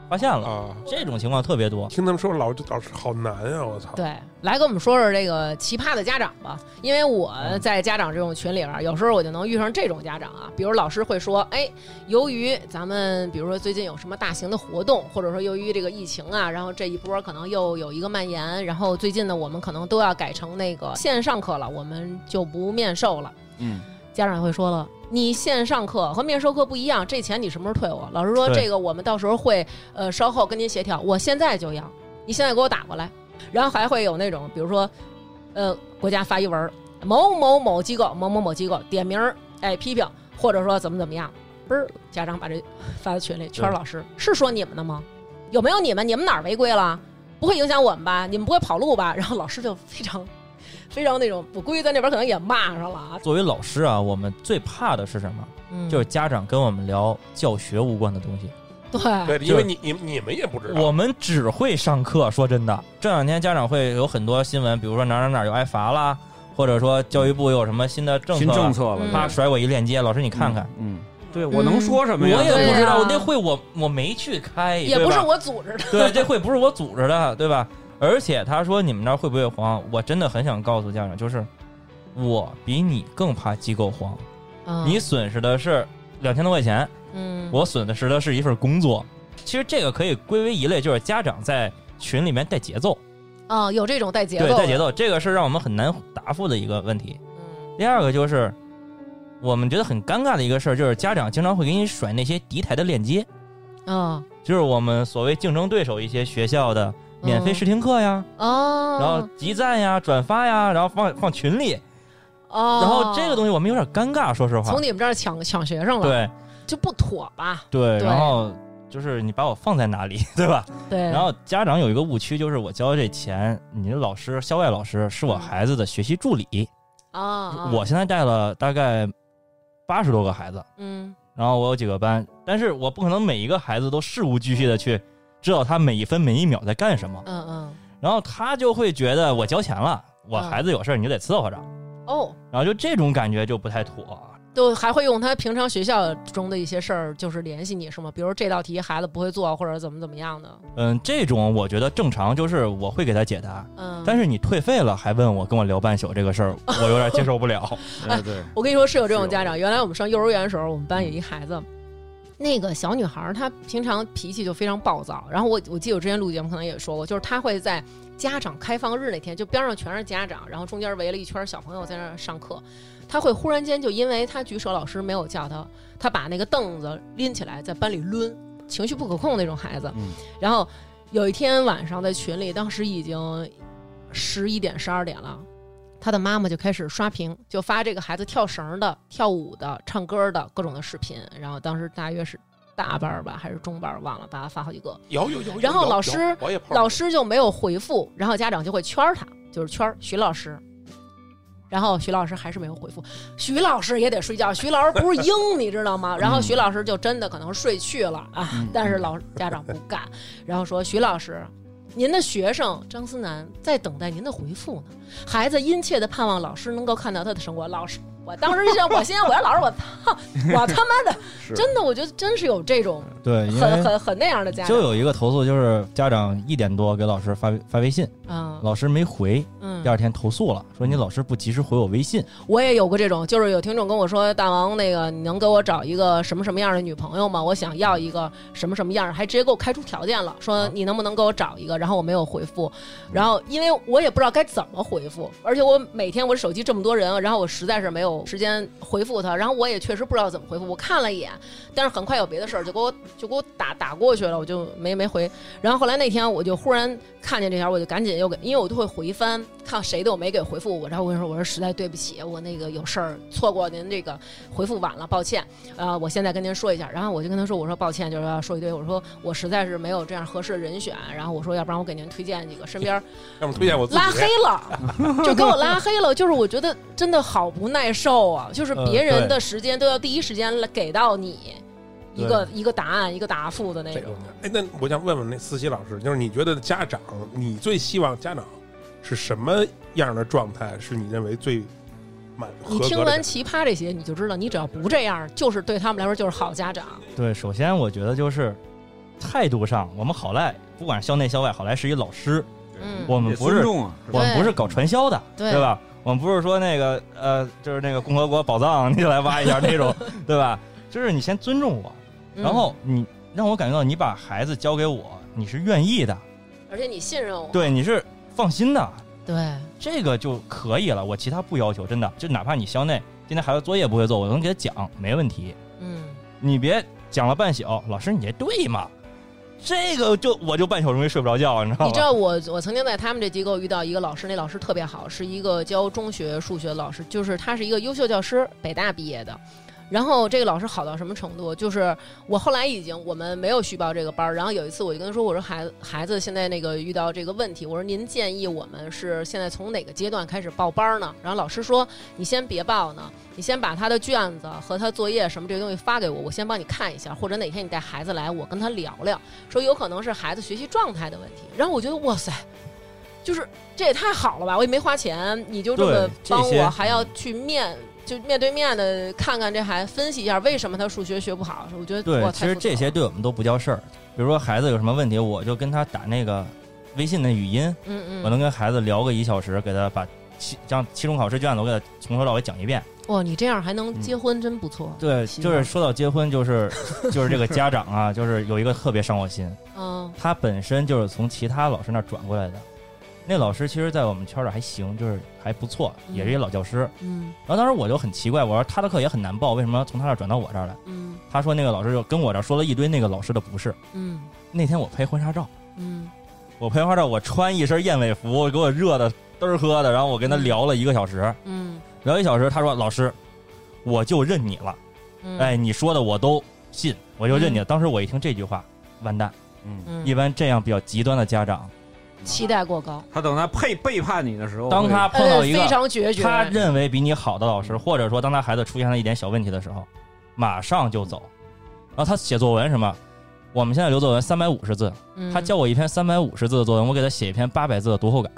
S6: 发现了，
S4: 啊，
S6: 这种情况特别多。
S4: 听他们说老老师好难啊，我操，
S3: 对，来跟我们说说这个奇葩的家长吧，因为我在家长这种群里边儿，有时候我就能遇上这种家长啊，比如老师会说，哎，由于咱们比如说最近有什么大型的活动，或者说由于这个疫情啊，然后这一波可能又有一个蔓延，然后最近呢，我们可能都要改成那个线上课了，我们就不面授了。
S5: 嗯，
S3: 家长会说了，你线上课和面授课不一样，这钱你什么时候退我？老师说
S6: 对
S3: 这个我们到时候会呃稍后跟您协调，我现在就要，你现在给我打过来。然后还会有那种，比如说，呃，国家发一文儿，某某某机构、某某某机构点名儿，哎，批评或者说怎么怎么样，嘣儿，家长把这发到群里，圈儿老师是说你们的吗？有没有你们？你们哪儿违规了？不会影响我们吧？你们不会跑路吧？然 (laughs) 后老师就非常。非常那种，我估计在那边可能也骂上了啊，
S6: 作为老师啊，我们最怕的是什么？
S3: 嗯
S6: 就是家长跟我们聊教学无关的东西，
S3: 对，
S4: 对，因为你你你们也不知道，
S6: 我们只会上课。说真的，这两天家长会有很多新闻，比如说哪儿哪儿哪儿又挨罚啦，或者说教育部又有什么新的政
S5: 新
S6: 策
S5: 政
S6: 了，
S5: 策了，
S3: 嗯
S6: 啪
S5: 对
S6: 甩我一链接，老师你看看。，
S5: 嗯，对我能说什
S6: 我
S5: 么呀？
S6: 也不知
S3: 对啊
S6: 道，我那会我我没去开，
S3: 也
S6: 对
S3: 不
S6: 吧
S3: 是我组织的， (laughs)
S6: 对，这会不是我组织的，对吧？而且他说你们那儿会不会黄？我真的很想告诉家长，就是我比你更怕机构黄。你损失的是两千多块钱，
S3: 嗯，
S6: 我损失的是一份工作。其实这个可以归为一类，就是家长在群里面带节奏，
S3: 啊有这种带节奏，
S6: 对，带节，奏，这个是让我们很难答复的一个问题。
S3: 嗯
S6: 第二个就是我们觉得很尴尬的一个事儿，就是家长经常会给你甩那些敌台的链接，
S3: 啊
S6: 就是我们所谓竞争对手一些学校的
S3: 嗯
S6: 免费试听课呀。
S3: 哦，
S6: 然后集赞呀、转发呀，然后放放群里，
S3: 哦，
S6: 然后这个东西我们有点尴尬，说实话
S3: 从。你们这儿抢抢学生了，，
S6: 对
S3: 就不妥吧？
S6: 对，
S3: 对
S6: 然后就是你把我放在哪里， (laughs) 对吧？
S3: 对，
S6: 然后家长有一个误区，就是我交这钱，你的老师校外老师是我孩子的学习助理。
S3: 啊啊，
S6: 我现在带了大概八十多个孩子，
S3: 嗯，
S6: 然后我有几个班，但是我不可能每一个孩子都事无巨细的去知道他每一分每一秒在干什么，
S3: 嗯
S6: 然后他就会觉得我交钱了，我孩子有事儿你就得伺候着，
S3: 嗯，哦，
S6: 然后就这种感觉就不太妥。
S3: 就还会用他平常学校中的一些事儿，就是联系你是吗？比如这道题孩子不会做，或者怎么怎么样的，
S6: 嗯，这种我觉得正常，就是我会给他解答。
S3: 嗯。
S6: 但是你退费了还问我跟我聊半宿这个事儿，我有点接受不了。
S5: 哎对对，
S3: 我跟你说是有这种
S5: 是有
S3: 家长，原来我们上幼儿园的时候，我们班有一孩子。那个小女孩儿，她平常脾气就非常暴躁。然后我我记得我之前录节目可能也说过，就是她会在家长开放日那天，就边上全是家长，然后中间围了一圈小朋友在那儿上课。她会忽然间就因为她举手，老师没有叫她，她把那个凳子拎起来在班里抡，情绪不可控那种孩子。
S5: 嗯
S3: 然后有一天晚上在群里，当时已经十一点十二点了，他的妈妈就开始刷屏，就发这个孩子跳绳的、跳舞的、唱歌的各种的视频。然后当时大约是大班儿吧，还是中班儿忘了，把他发好几个。
S4: 有有有有
S3: 然后
S4: 有
S3: 老
S4: 有
S3: 师
S4: 我也碰
S3: 老
S4: 到
S3: 师就没有回复，然后家长就会圈儿他，就是圈儿徐老师。然后徐老师还是没有回复，徐老师也得睡觉，徐老师不是鹰，你知道吗？然后徐老师就真的可能睡去了啊， (laughs) 但是老家
S6: (laughs)
S3: 长不干，然后说徐老师，您的学生张思南在等待您的回复呢，孩子殷切的盼望老师能够看到他的成果。老师，我当时就想，我心想，我要老师，我操，我他妈的，真的，我觉得真是有这种
S6: 嗯对，因
S3: 很
S6: 为
S3: 很很那样的家
S6: 就
S3: 长，
S6: 有一个投诉，就是家长一点多给老师发发微信，
S3: 嗯
S6: 老师没回，
S3: 嗯
S6: 第。二天投诉了，说你老师不及时回我微信。
S3: 我也有过这种，就是有听众跟我说，大王那个你能给我找一个什么什么样的女朋友吗？我想要一个什么什么样儿，还直接给我开出条件了，说你能不能给我找一个？然后我没有回复，然后因为我也不知道该怎么回复，而且我每天我手机这么多人，然后我实在是没有时间回复他，然后我也确实不知道怎么回复，我看了一眼，但是很快有别的事儿就给我就给我打打过去了，我就没没回。然后后来那天我就忽然看见这条，我就赶紧又给，因为我都会回翻看谁的我没给回复我，然后我跟你说，我说实在对不起，我那个有事儿错过您这个回复晚了，抱歉，啊，我现在跟您说一下。然后我就跟他说，我说抱歉，就是要说一堆，我说我实在是没有这样合适的人选，然后我说要不然我给您推荐几个身边
S4: 要么推荐我自己
S3: 拉黑了，就给我拉黑了。就是我觉得真的好不耐受啊！就是别人的时间都要第一时间来给到你一个一个答案、一个答复的那
S4: 这
S3: 种
S4: 种。的。哎，那我想问问那思琪老师，就是你觉得家长，你最希望家长是什么样的状态？是你认为最满合
S3: 你
S4: 格的
S3: 听
S4: 家
S3: 完
S4: 长
S3: 奇葩这些，你就知道，你只要不这样，就是对他们来说就是好家长。
S6: 对，首先我觉得就是态度上，我们好赖，不管是校内校外，好赖是一老师，
S3: 嗯
S6: 我
S5: 得
S6: 们不
S5: 尊
S6: 是
S5: 重啊，
S6: 我们
S3: 对
S6: 不是搞传销的，
S3: 对
S6: 吧？我们不是说那个呃，就是那个共和国宝藏，你 (laughs) 就来挖一下
S3: (laughs)
S6: 那种，对吧？就是你先尊重我，
S3: 嗯
S6: 然后你让我感觉到你把孩子交给我，你是愿意的，
S3: 而且你信任我，
S6: 对，你是放心的，
S3: 对
S6: 这个就可以了。我其他不要求，真的，就哪怕你校内今天孩子作业不会做，我能给他讲，没问题。
S3: 嗯，
S6: 你别讲了半宿，老师你这对吗？这个就我就半宿容易睡不着觉，你知道吗？
S3: 你知道我我曾经在他们这机构遇到一个老师，那老师特别好，是一个教中学数学的老师，就是他是一个优秀教师，北大毕业的。然后这个老师好到什么程度？就是我后来已经我们没有续报这个班儿。然后有一次我就跟他说，我说孩子孩子现在那个遇到这个问题，我说您建议我们是现在从哪个阶段开始报班儿呢？然后老师说你先别报呢，你先把他的卷子和他作业什么这些东西发给我，我先帮你看一下，或者哪天你带孩子来，我跟他聊聊。说有可能是孩子学习状态的问题。然后我觉得哇塞，就是这也太好了吧！我也没花钱，你就这么
S6: 对这
S3: 帮
S6: 些
S3: 我，还要去面就面对面的看看这孩子，分析一下为什么他数学学不好。我觉得
S6: 对
S3: 哇，
S6: 其
S3: 太
S6: 实
S3: 负责
S6: 这些
S3: 了
S6: 对我们都不叫事儿。比如说孩子有什么问题，我就跟他打那个微信的语音，
S3: 嗯嗯，
S6: 我能跟孩子聊个一小时，给他把期像期中考试卷子，我给他从头到尾讲一遍。
S3: 哇，你这样还能结婚，真不错。
S6: 嗯对，
S3: 行
S6: 就是说到结婚，就是就是这个家长啊，就是有一个特别伤我心，
S3: 嗯
S6: 他本身就是从其他老师那儿转过来的。那老师其实，在我们圈儿里还行，就是还不错，也是一老教师。
S3: 嗯
S6: 然后当时我就很奇怪，我说他的课也很难报，为什么从他那儿转到我这儿来？
S3: 嗯
S6: 他说那个老师就跟我这儿说了一堆那个老师的不是。
S3: 嗯
S6: 那天我拍婚纱照，
S3: 嗯，
S6: 我拍婚纱照，我穿一身燕尾服，给我热的嘚儿喝的，然后我跟他聊了一个小时。
S3: 嗯，
S6: 聊一小时，他说老师，我就认你了，
S3: 嗯
S6: 哎，你说的我都信，我就认你了。当时我一听这句话，完蛋，
S5: 嗯，
S3: 嗯
S6: 一般这样比较极端的家长，
S3: 期待过高，
S5: 他等他背背叛你的时候，
S6: 当他碰到一
S3: 呃非
S6: 个
S3: 常决绝，嗯
S6: 他认为比你好的老师，或者说当他孩子出现了一点小问题的时候，马上就走。然后他写作文什么，我们现在留作文三百五十字，
S3: 嗯
S6: 他教我一篇三百五十字的作文，我给他写一篇八百字的读后感。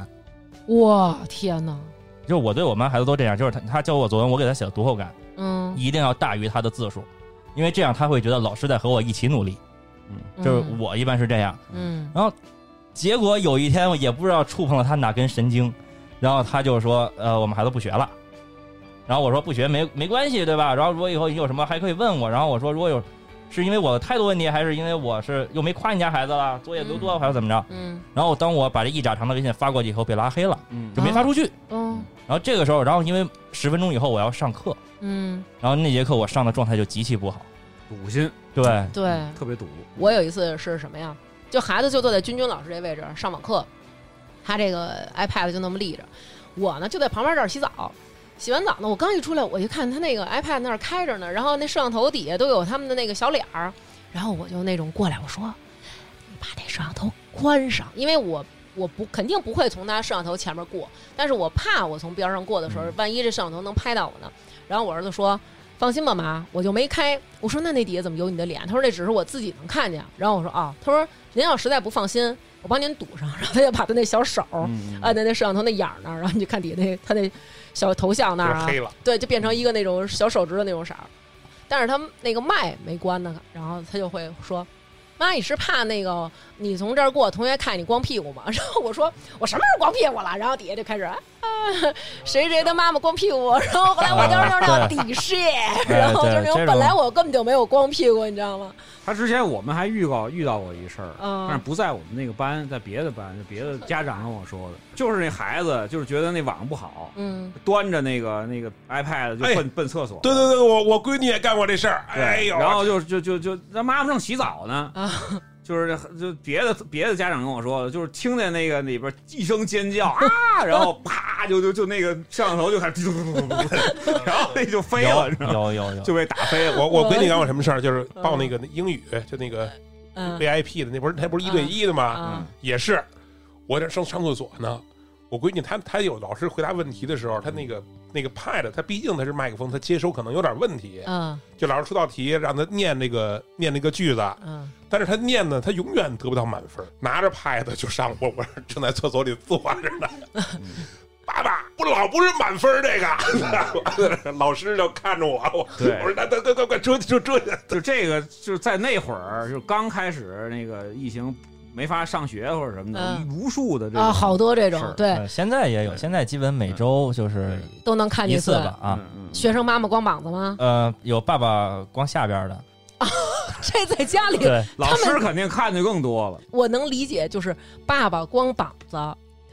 S3: 哇天哪，
S6: 就是我对我们孩子都这样，就是他他教我作文，我给他写的读后感
S3: 嗯，
S6: 一定要大于他的字数，因为这样他会觉得老师在和我一起努力。就是
S3: 嗯，
S6: 我一般是这样。
S3: 嗯
S6: 结果有一天我也不知道触碰了他哪根神经，然后他就说：“呃，我们孩子不学了。”然后我说：“不学没没关系，对吧？然后如果以后你有什么还可以问我。”然后我说：“如果有是因为我的态度问题，还是因为我是又没夸你家孩子了，作业留多了还是怎么着
S3: 嗯？”
S6: 然后当我把这一扎长的微信发过去以后，被拉黑了，
S5: 嗯
S6: 就没发出去。
S3: 嗯
S6: 然后这个时候，然后因为十分钟以后我要上课，
S3: 嗯，
S6: 然后那节课我上的状态就极其不好。
S5: 赌
S3: (laughs)
S5: 心嗯
S6: 对，哎
S3: 对，
S5: 特别赌，
S3: 我有一次是什么呀？就孩子就坐在君君老师这位置上网课，他这个 iPad 就那么立着，我呢就在旁边这儿洗澡。洗完澡呢，我刚一出来，我就看他那个 iPad 那儿开着呢，然后那摄像头底下都有他们的那个小脸儿，然后我就那种过来，我说：“你把那摄像头关上，因为我我不肯定不会从他摄像头前面过，但是我怕我从边上过的时候，万一这摄像头能拍到我呢。”然后我儿子说：“放心吧，妈，我就没开。我说那那底下怎么有你的脸？他说那只是我自己能看见。然后我说啊，他说您要实在不放心，我帮您堵上。然后他就把他那小手
S5: 嗯
S6: 呃
S3: 按在那摄像头那眼儿那儿，然后你就看底下那他那小头像那
S4: 就
S3: 儿
S4: 是 (laughs)
S3: 啊，
S4: 黑了，
S3: 对，就变成一个那种小手指的那种色儿。但是他那个麦没关呢，然后他就会说：“妈，你是怕那个你从这儿过，同学看你光屁股吗？” (laughs) 然后我说：“我什么时候光屁股了？”然后底下就开始啊，谁谁的妈妈光屁股。 (laughs) 然后后来我就是那种底屑，然后就是那种
S6: (laughs) 对这种
S3: 本来我根本就没有光屁股，你知道吗？
S5: 他之前我们还预告遇到过一事儿，
S3: 嗯
S5: 但是不在我们那个班，在别的班，就别的家长跟我说的，就是那孩子就是觉得那网不好，
S3: 嗯，
S5: 端着那个那个 iPad 就奔、
S4: 哎
S5: 奔厕所，
S4: 对对对，我我闺女也干过这事儿，
S5: 对
S4: 哎呦，
S5: 然后就就就就他妈妈正洗澡呢，
S3: 啊
S5: 就是就别的别的家长跟我说的，就是听见那个里边一声尖叫啊，然后啪就就就那个摄像头就开始，然后那就飞了，
S6: 有
S5: 你知道吗？
S6: 有有有，
S5: 就被打飞了。
S6: (laughs)
S4: 我我闺女干过什么事儿？就是报那个英语，就那个
S3: 嗯
S4: VIP 的，那不是那不是一对一的吗？
S3: 啊，
S4: 也是，我这上上厕所呢，我闺女她她有老师回答问题的时候，她那个那个 pad，她毕竟她是麦克风，她接收可能有点问题。
S3: 嗯
S4: 就老师出道题，让她念那个念那个句子，
S3: 嗯，
S4: 但是她念呢，她永远得不到满分。拿着 pad 就上我，我正在厕所里坐着呢。爸爸，不老不是满分这个， (laughs) 老师就看着我，我
S5: 对
S4: 我说那那快快快遮遮遮去，
S5: 就这个，就是在那会儿，就是刚开始那个疫情没法上学或者什么的，
S3: 嗯
S5: 无数的这种
S3: 啊，好多这
S5: 是
S3: 种对
S6: 呃现在也有，现在基本每周就是
S3: 都能看
S6: 一
S3: 见
S6: 次吧啊。
S5: 嗯嗯
S3: 学生妈妈光膀子吗？ (laughs)
S6: 呃，有爸爸光下边儿的，
S3: 这在家里
S6: 对，
S5: 老师肯定看的更
S3: (laughs)
S5: 多了，
S3: 我能理解，就是爸爸光膀子，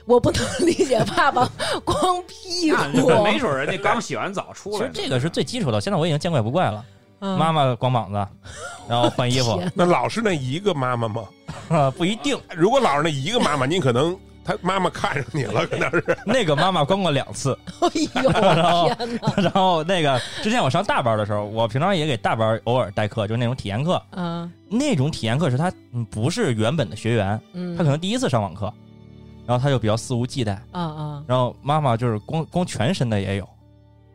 S3: 我不能理解爸爸光屁
S5: 那
S3: 股。
S5: 没准儿人家刚洗完澡出
S6: 其
S5: 来
S6: 实
S5: 呢，
S6: 这个是最基础的，现在我已经见怪不怪了。妈
S3: 妈
S6: 妈光膀子，
S3: (laughs)
S6: 然后换衣服，
S4: 那老师那一个妈妈吗？
S6: 不一定。
S4: 如果老是那一个妈妈，您可能她妈妈看上你了，可能是
S6: 那个妈妈光过两
S3: (laughs)
S6: 次，
S3: 哎呦天哪！
S6: (laughs) 然后那个之前我上大班的时候，我平常也给大班偶尔代课，就是那种体验课。
S3: 嗯
S6: 那种体验课是他嗯不是原本的学员，
S3: 嗯，
S6: 他可能第一次上网课，然后他就比较肆无忌惮。
S3: 啊啊，
S6: 然后妈妈就是光光全身的也有，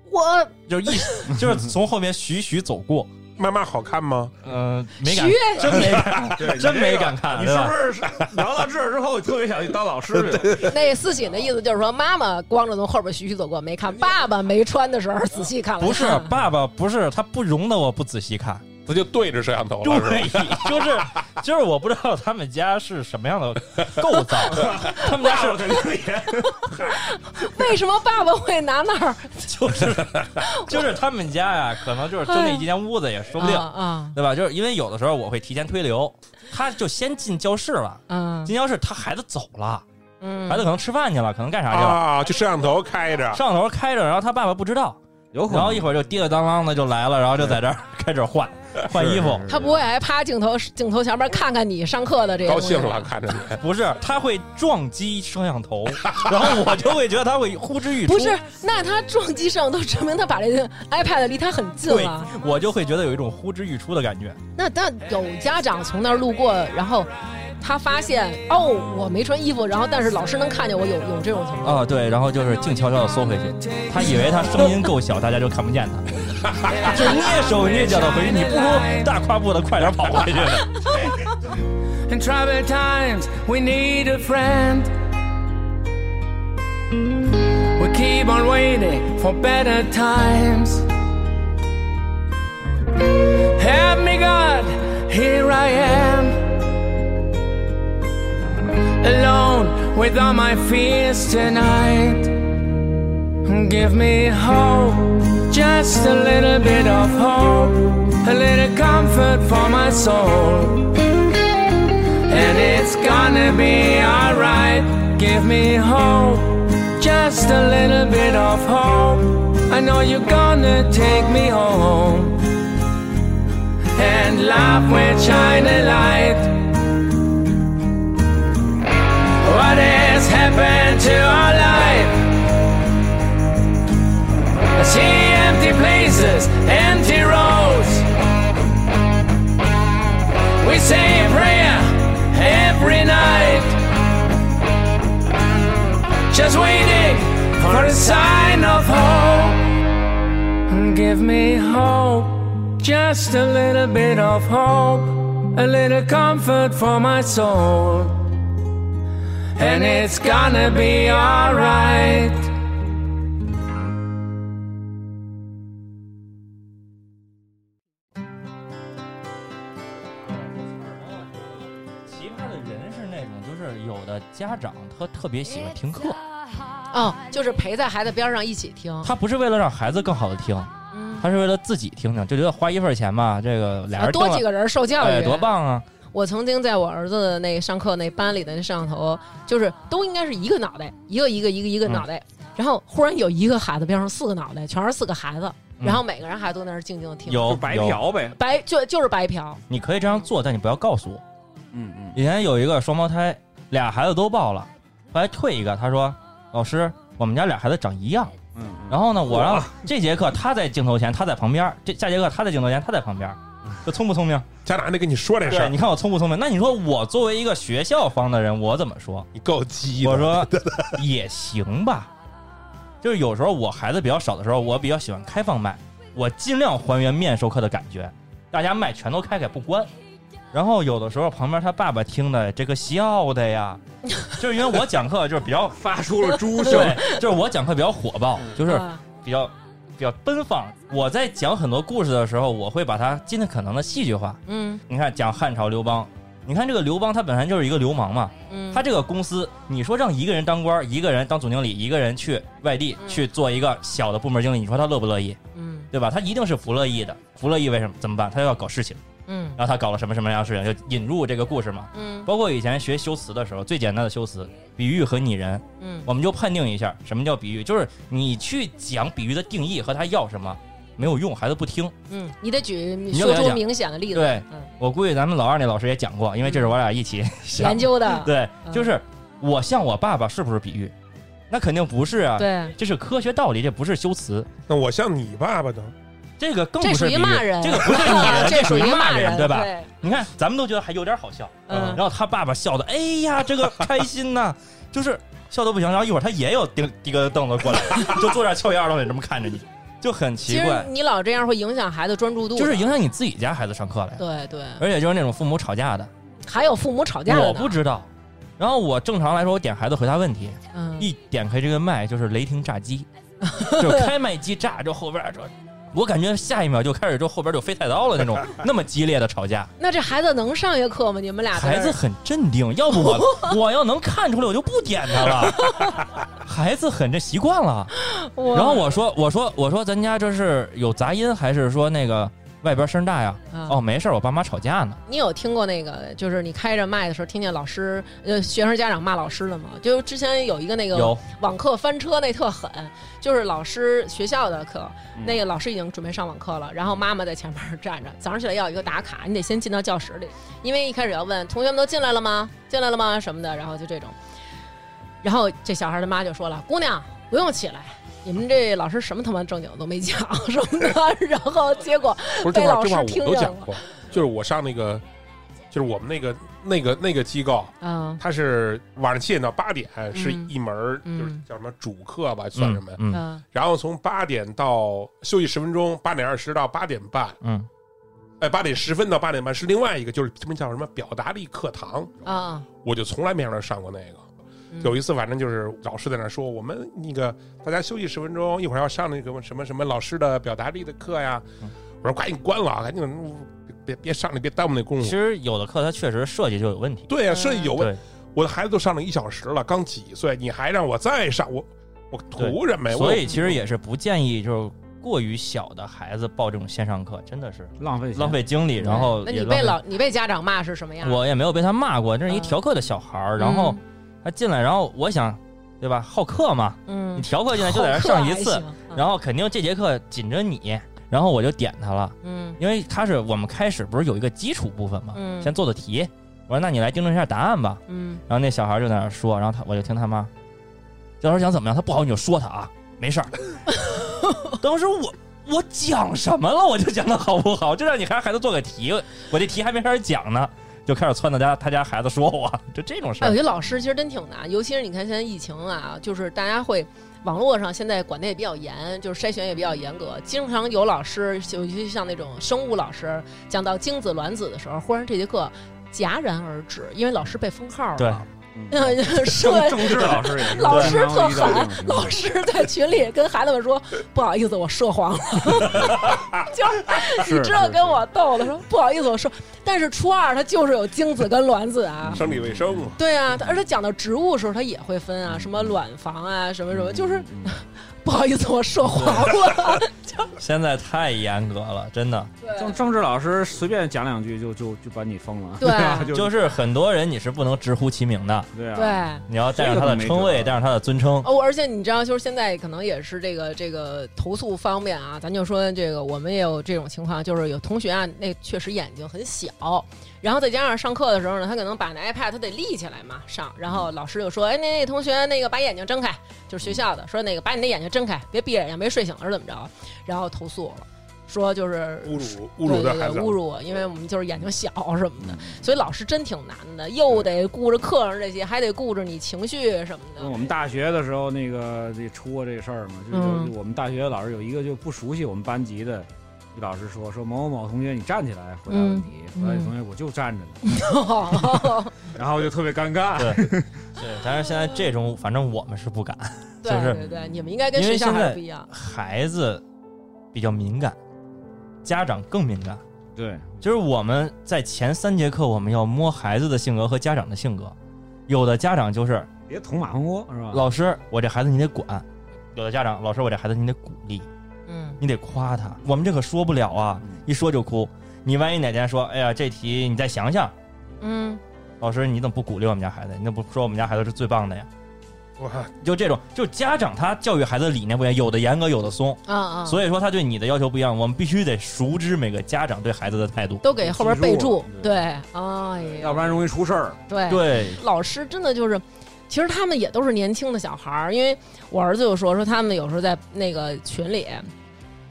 S3: 我
S6: 就是一就是从后面徐徐走过，
S4: (laughs) 妈妈好看吗？
S6: 嗯，没敢 (laughs)
S3: 学，
S6: 真没敢，
S5: 对
S6: 真没敢
S5: 你
S6: 看，
S5: 这
S6: 啊
S5: 个你是
S6: 对吧？
S5: 不是聊到这儿之后特别想去当老师
S6: (laughs)
S5: 去了？
S3: 那思锦的意思就是说，妈妈光着从后边徐徐走过，没看爸爸没穿的时候仔细看了看。啊
S6: 不是爸爸，不是他不容得我不仔细看，
S4: 她就对着摄像头了，是吧
S6: 对， (laughs) 就是就是我不知道他们家是什么样的构 (laughs) 造，他们家
S5: 那
S6: 是
S5: 我肯定也
S3: 为什么爸爸会拿那儿？
S6: (laughs) 就是就是他们家呀，可能就是就那一间屋子也说不定，
S3: 啊
S6: 对吧？就是因为有的时候我会提前推流，他就先进教室了，
S3: 啊
S6: 进教室他孩子走了，
S3: 嗯，
S4: 哎
S6: 孩子可能吃饭去了，可能干啥去了，
S4: 啊，就摄像头开着，
S6: 摄像头开着，然后他爸爸不知道，
S5: 有可
S6: 然后
S5: 能
S6: 一会儿就跌跌当啷的就来了，然后就在这儿开始换换衣服，
S3: 他不会还趴镜头镜头前面看看你上课的这个
S4: 高
S3: 东西
S4: 兴了，看着 (laughs) 你，
S6: 不是他会撞击摄像 (laughs) 头，然后我就会觉得他会呼之欲出，
S3: 不是，那他撞击摄像头，证明他把这个 iPad 离他很近
S6: 对
S3: 了。，
S6: 我就会觉得有一种呼之欲出的感觉。
S3: 那但有家长从那儿路过，然后他发现哦，我没穿衣服，然后但是老师能看见我有，有这种情况。
S6: 啊、对，然后就是静悄悄的缩回去。他以为他声音够小，大家就看不见 (laughs) 他，就蹑手蹑脚的回去。你不如大跨步的快点跑回去呢。
S9: In troubled times, we need a friend. We keep on waiting for better times. Help me, God, here I am. Alone with all my fears tonight. Give me hope, just a little bit of hope, a little comfort for my soul and it's gonna be alright. Give me hope, just a little bit of hope. I know you're gonna take me home, and love will shine a light. What has happened to our life? I see empty places, empty roads. We say a prayer every night. Just waiting for a sign of hope. Give me hope, just a little bit of hope, a little comfort for my soul. And it's gonna be alright.
S6: 奇葩的人是那种，就是有的家长他特别喜欢听课，
S3: 哦，就是陪在孩子边上一起听。
S6: 他不是为了让孩子更好的听，
S3: 嗯，
S6: 他是为了自己听听，就觉得花一份钱吧，这个俩
S3: 啊
S6: 人
S3: 多
S6: 挣
S3: 几
S6: 了
S3: 个人受教
S6: 哎
S3: 育，
S6: 多！棒啊！
S3: 我曾经在我儿子的那上课那班里的那摄像头，就是都应该是一个脑袋，一个一个一个一个脑袋，
S6: 嗯
S3: 然后忽然有一个孩子边上四个脑袋，全是四个孩子，
S6: 嗯
S3: 然后每个人还都在那儿静静地听。
S5: 就
S6: 有
S5: 白
S6: 有，
S5: 嫖呗。
S3: 白就就是白嫖，
S6: 你可以这样做，但你不要告诉我。
S5: 嗯嗯，
S6: 以前有一个双胞胎，俩孩子都抱了，后来退一个，他说：“老师，我们家俩孩子长一样。”
S5: 嗯，
S6: 然后呢，我让这节课他在镜头前，他在旁边；这下节课他在镜头前，他在旁边，这聪不聪明？
S4: 家长还得跟你说这事
S6: 对，
S4: 儿，
S6: 你看我聪不聪明？那你说我作为一个学校方的人，我怎么说？
S4: 你够鸡的。
S6: 我说也行吧，就是有时候我孩子比较少的时候，我比较喜欢开放麦，我尽量还原面授课的感觉，大家麦全都开开不关。然后有的时候旁边他爸爸听的这个笑的呀，就是因为我讲课就是比较
S5: 发出了猪声，
S6: 对，就是我讲课比较火爆，就是
S3: 啊
S6: 比较比较奔放。我在讲很多故事的时候，我会把它尽可能的戏剧化。
S3: 嗯
S6: 你看，讲汉朝刘邦，你看这个刘邦他本身就是一个流氓嘛，
S3: 嗯，
S6: 他这个公司，你说让一个人当官儿，一个人当总经理，一个人去外地
S3: 嗯
S6: 去做一个小的部门经理，你说他乐不乐意？
S3: 嗯
S6: 对吧？他一定是不乐意的。不乐意为什么？怎么办？他要搞事情，
S3: 嗯
S6: 然后他搞了什么什么样的事情，就引入这个故事嘛。
S3: 嗯
S6: 包括以前学修辞的时候，最简单的修辞，比喻和拟人，
S3: 嗯，
S6: 我们就判定一下什么叫比喻，就是你去讲比喻的定义和他要什么没有用，孩子不听。
S3: 嗯，你得举
S6: 就
S3: 说
S6: 给他
S3: 出
S6: 讲
S3: 明显的例子，
S6: 对
S3: 嗯，
S6: 我估计咱们老二那老师也讲过，因为这是我俩一起想
S3: 研究的，
S6: 对，
S3: 嗯
S6: 就是我像我爸爸是不是比喻？那肯定不是啊，
S3: 对，
S6: 这是科学道理，这不是修辞，
S4: 那我像你爸爸呢？
S6: 这个更
S3: 这
S6: 不
S3: 属
S6: 是
S3: 于
S6: 比喻
S3: 骂人
S6: 这个不是拟
S3: (laughs)
S6: 人，
S3: 这
S6: 属于
S3: 骂
S6: 骂人，
S3: 对
S6: 对吧？？你看，咱们都觉得还有点好笑，
S3: 嗯
S6: 然后他爸爸笑的，哎呀，这个开心呐， (laughs) 就是笑的不行。然后一会儿他也有钉提个凳子过来，就坐这儿翘一二郎腿这么看着你，就很
S3: 其
S6: 奇
S3: 实
S6: 怪，
S3: 你老这样会影响孩子专注度的，
S6: 就是影响你自己家孩子上课了呀。
S3: 对对，
S6: 而且就是那种父母吵架的，
S3: 还有父母吵架的呢，
S6: 我不知道。然后我正常来说，我点孩子回答问题，
S3: 嗯
S6: 一点开这个麦就是雷霆炸鸡，就是开麦机炸，就后边儿就，我感觉下一秒就开始就后边就飞菜刀了那种，那么激烈的吵架，
S3: 那这孩子能上一个课吗？你们俩在这
S6: 孩
S3: 儿
S6: 子很镇定，要不我我要能看出来，我就不点他了。 (laughs) 孩子很这习惯了。
S3: 哇
S6: 然后我说我说我说咱家这是有杂音，还是说那个外边声大呀。
S3: 啊
S6: 哦，没事儿，我爸妈吵架呢。
S3: 你有听过那个，就是你开着麦的时候，听见老师呃学生家长骂老师的吗？就之前有一个那个
S6: 有
S3: 网课翻车那特狠，就是老师学校的课，
S5: 嗯
S3: 那个老师已经准备上网课了，然后妈妈在前面站着，早上起来要有一个打卡，你得先进到教室里，因为一开始要问同学们都进来了吗？进来了吗？什么的，然后就这种，然后这小孩他妈就说了：“姑娘，不用起来。”你们这老师什么他妈正经都没讲什么的，然后结果
S4: 不是这
S3: 被
S4: 话
S3: 老
S4: 这
S3: 师
S4: 话我
S3: 听
S4: 都
S3: 见
S4: 讲
S3: 了
S4: 过，就是我上那个，就是我们那个那个那个机构，
S3: (laughs) 嗯
S4: 它是晚上七点到八点是
S3: 嗯
S4: 一门儿，
S3: 嗯
S4: 就是叫什么主课吧，算什么？
S6: 嗯嗯
S3: 嗯
S4: 然后从八点到休息十分钟，八点二十到八点半，
S6: 嗯，
S4: 哎，八点十分到八点半是另外一个，就是他们叫什么表达力课堂，
S3: 啊。
S4: 我就从来没让他上过那个。
S3: 嗯
S4: 有一次，反正就是老师在那说，我们那个大家休息十分钟，一会儿要上那个什么什么老师的表达力的课呀。
S6: 嗯
S4: 我说赶紧关了啊，赶紧别别别上了，别耽误那功
S6: 其
S4: 夫。
S6: 实有的课它确实设计就有问题。
S4: 对呀、设嗯计有问
S6: 嗯对
S4: 我的孩子都上了一小时了，刚几岁，你还让我再上，我我图什么呀？
S6: 所
S4: 我
S6: 以其实也是不建议就是过于小的孩子报这种线上课，真的是
S5: 浪费钱
S6: 浪。费精力，然后
S3: 嗯那你
S6: 也浪
S3: 被
S6: 费
S3: 老你被家长骂是什么样？
S6: 我也没有被他骂过，这是一
S3: 嗯
S6: 调课的小孩儿，然后他进来，然后我想，对吧？好课嘛，
S3: 嗯，
S6: 你
S3: 嗯，
S6: 调课进来就在这儿上一次，然
S3: 后
S6: 后肯定这节课紧着你，然后我就点他了，
S3: 嗯
S6: 因为他是我们开始不是有一个基础部分嘛，
S3: 嗯
S6: 先做的题，我说那你来订正一下答案吧，
S3: 嗯
S6: 然后那小孩就在那儿说，然后他我就听他妈，教授想怎么样，他不好你就说他啊，没事儿。 (laughs) 当时我我讲什么了，我就讲的好不好，这让你还让孩子做个题，我这题还没开始讲呢，就开始撺掇家他家孩子说我，就这种事
S3: 哎，我
S6: 儿
S3: 觉。得老师其实真挺难，尤其是你看现在疫情啊，就是大家会。网络上现在管的也比较严，就是筛选也比较严格。经常有老师，尤其像那种生物老师，讲到精子卵子的时候，忽然这节课戛然而止，因为老师被封号
S6: 对
S3: 了。，
S5: 嗯
S3: (laughs) 对，社
S5: 政政治老师也是，
S3: 老师
S5: 经
S3: 特
S5: 常遇到这种
S3: 狠
S5: 情，况
S3: 老师在群里跟孩子们说：“不好意思，我涉黄了。” (laughs) 就是
S5: 是
S3: 你知道
S5: 是
S3: 跟我逗的说：“不好意思，我涉。”但是初二他就是有精子跟卵子啊，
S4: 生理卫生嘛，
S3: 对啊，他而且讲到植物的时候他也会分啊，什么卵房啊，什么什么，就是 (laughs) 不好意思，我涉黄了。
S6: (laughs) 现在太严格了，真的，
S3: (laughs)
S5: 政政治老师随便讲两句就就就把你封了，
S3: 对
S5: 啊 (laughs) 就
S6: 就是很多人你是不能直呼其名的，
S5: 对啊，
S3: 对，
S6: 你要带上他的称
S5: 这个没辙啊
S6: 谓，带上他的尊称。
S3: 哦，而且你知道，就是现在可能也是这个这个投诉方面啊，咱就说这个，我们也有这种情况，就是有同学啊，那确实眼睛很小，然后再加上上课的时候呢，他可能把那 iPad 他得立起来嘛上，然后老师就说，哎，那那同学那个把眼睛睁开，就是学校的说那个把你那眼睛睁开，别闭着眼睛没睡醒是怎么着，然后投诉我了，说就是
S6: 嗯
S4: 侮辱侮辱
S3: 对
S4: 这
S3: 对
S4: 孩子
S3: 对，，
S4: 啊
S3: 侮辱我，因为我们就是眼睛小什么的，所以老师真挺难的，又得顾着课上这些，还得顾着你情绪什么的。
S5: 跟我们大学的时候，那个这出过这事儿嘛，就是
S3: 嗯
S5: 我们大学老师有一个就不熟悉我们班级的，老师说说某某某同学你站起来回答问题，
S3: 嗯
S5: 回答这同学我就站着呢，
S3: 哦，
S5: 然后就特别尴尬。
S6: 对对，但是现在这种，反正我们是不敢。
S3: (laughs) 对
S6: 就是
S3: 对对，你们应该跟
S6: 因
S3: 学
S6: 为
S3: 校
S6: 现
S3: 还
S6: 在
S3: 是不一样。
S6: 孩子比较敏感，家长更敏感。
S5: 对，
S6: 就是我们在前三节课，我们要摸孩子的性格和家长的性格。有的家长就是
S5: 别捅马蜂窝是吧？
S6: 老师，我这孩子你得管；有的家长，老师，我这孩子你得鼓励，
S3: 嗯，
S6: 你得夸他。我们这可说不了啊
S5: 嗯，
S6: 一说就哭。你万一哪天说，哎呀，这题你再想想，
S3: 嗯，
S6: 老师你怎么不鼓励我们家孩子？你怎么不说我们家孩子是最棒的呀？
S4: 哇，
S6: 就这种，就家长他教育孩子的理念不一样，有的严格，有的松。
S3: 啊啊，以
S6: 所以说他对你的要求不一样，我们必须得熟知每个家长对孩子的态度。
S3: 都给后边备注
S5: 记住。
S3: 对，哎呀，
S5: 要不然容易出事儿。
S3: 对
S6: 对，
S3: 老师真的就是，其实他们也都是年轻的小孩儿，因为我儿子就说说他们有时候在那个群里。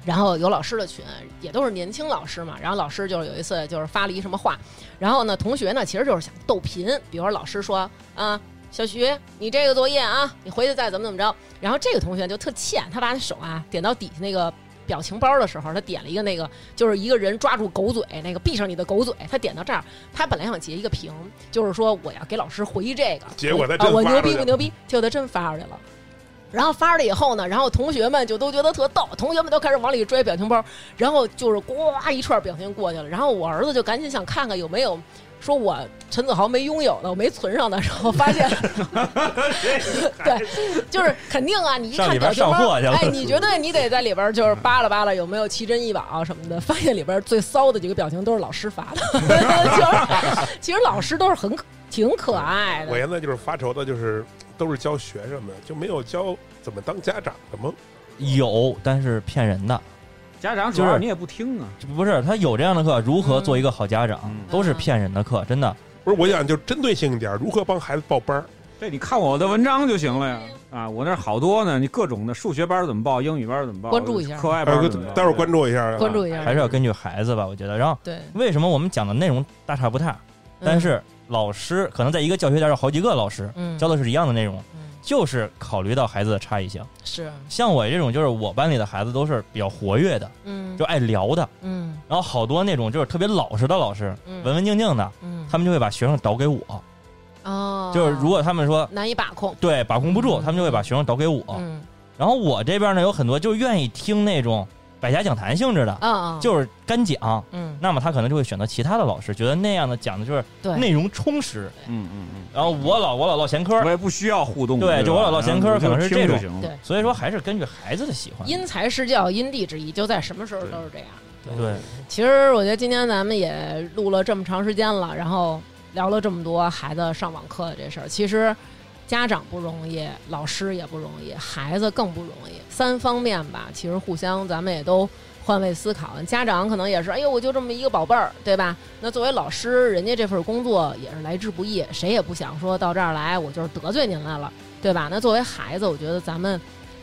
S3: 然后有老师的群，也都是年轻老师嘛。然后老师就是有一次就是发了一什么话，然后呢，同学呢其实就是想逗贫，比如说老师说啊，小徐，你这个作业啊，你回去再怎么怎么着。然后这个同学就特欠，他把手啊点到底下那个表情包的时候，他点了一个那个，就是一个人抓住狗嘴，那个闭上你的狗嘴，他点到这儿，他本来想截一个屏，就是说我要给老师回这个，
S4: 结果他
S3: 啊，
S4: 真
S3: 我
S4: 发
S3: 牛
S4: 出
S3: 逼
S4: 去
S3: 不牛逼？结果他真发出去了。然后发出来以后呢，然后同学们就都觉得特逗，同学们都开始往里拽表情包，然后就是呱一串表情过去了。然后我儿子就赶紧想看看有没有说我陈子豪没拥有的，我没存上的，然后发
S6: (laughs)
S3: 现，对，就是肯定啊，你一
S6: 上
S3: 看
S6: 里边
S3: 表情
S6: 上
S3: 包，
S6: 货去了
S3: 哎，你觉得你得在里边就是扒拉扒拉有没有奇珍异宝啊什么的，发现里边最骚的几个表情都是老师
S6: (laughs)
S3: 发的，就是 (laughs) 其实老师都是很可挺可爱
S4: 我
S3: 的，
S4: 现在就是发愁的，就是都是教学生的，就没有教怎么当家长的吗？
S6: 有，但是骗人的，
S5: 家长主
S6: 就
S5: 要
S6: 是
S5: 你也不听啊，
S6: 这不是他有这样的课，如何做一个好家长
S5: 嗯，
S6: 都是骗人的课，真的。
S4: 不是，我想就针对性一点，如何帮孩子报班儿？
S5: 这你看我的文章就行了呀。啊，我那儿好多呢，你各种的数学班怎么报，英语班怎么报，
S3: 关注一下
S5: 课外班
S6: 哎
S4: 呃
S5: 怎么报，
S4: 待会儿关注一下啊。
S3: 关注一下，
S6: 还是要根据孩子吧，我觉得。然后
S3: 对，嗯
S6: 为什么我们讲的内容大差不差，但是老师可能在一个教学点有好几个老师
S3: 嗯
S6: 教的是一样的内容，
S3: 嗯
S6: 就是考虑到孩子的差异性。
S3: 是
S6: 像我这种，就是我班里的孩子都是比较活跃的，
S3: 嗯
S6: 就爱聊的，
S3: 嗯
S6: 然后好多那种就是特别老实的老师，
S3: 嗯
S6: 文文静静的，
S3: 嗯
S6: 他们就会把学生导给我。
S3: 哦，
S6: 就是如果他们说
S3: 难以把控，
S6: 对把控不住，
S3: 嗯
S6: 他们就会把学生导给我。
S3: 嗯
S6: 然后我这边呢，有很多就愿意听那种百家讲坛性质的，
S3: 啊啊，
S6: 就是干讲。
S3: 嗯
S6: 那么他可能就会选择其他的老师，觉得那样的讲的就是
S3: 对
S6: 内容充实。
S5: 嗯嗯嗯，
S6: 然后我老我老唠闲嗑
S5: 我
S6: 儿，
S5: 也不需要互动，
S6: 对
S5: 吧
S6: 就我老唠闲嗑
S5: 然后
S6: 可能是这种
S5: 听就行了
S3: 对
S6: 所以说还是根据孩子的喜欢。
S3: 因材施教，因地制宜，就在什么时候都是这样。
S6: 对，
S3: 其实我觉得今天咱们也录了这么长时间了，然后聊了这么多孩子上网课的这事儿，其实家长不容易，老师也不容易，孩子更不容易，三方面吧，其实互相咱们也都。换位思考，家长可能也是，哎呦，我就这么一个宝贝儿，对吧？那作为老师，人家这份工作也是来之不易，谁也不想说到这儿来，我就是得罪您来了，对吧？那作为孩子，我觉得咱们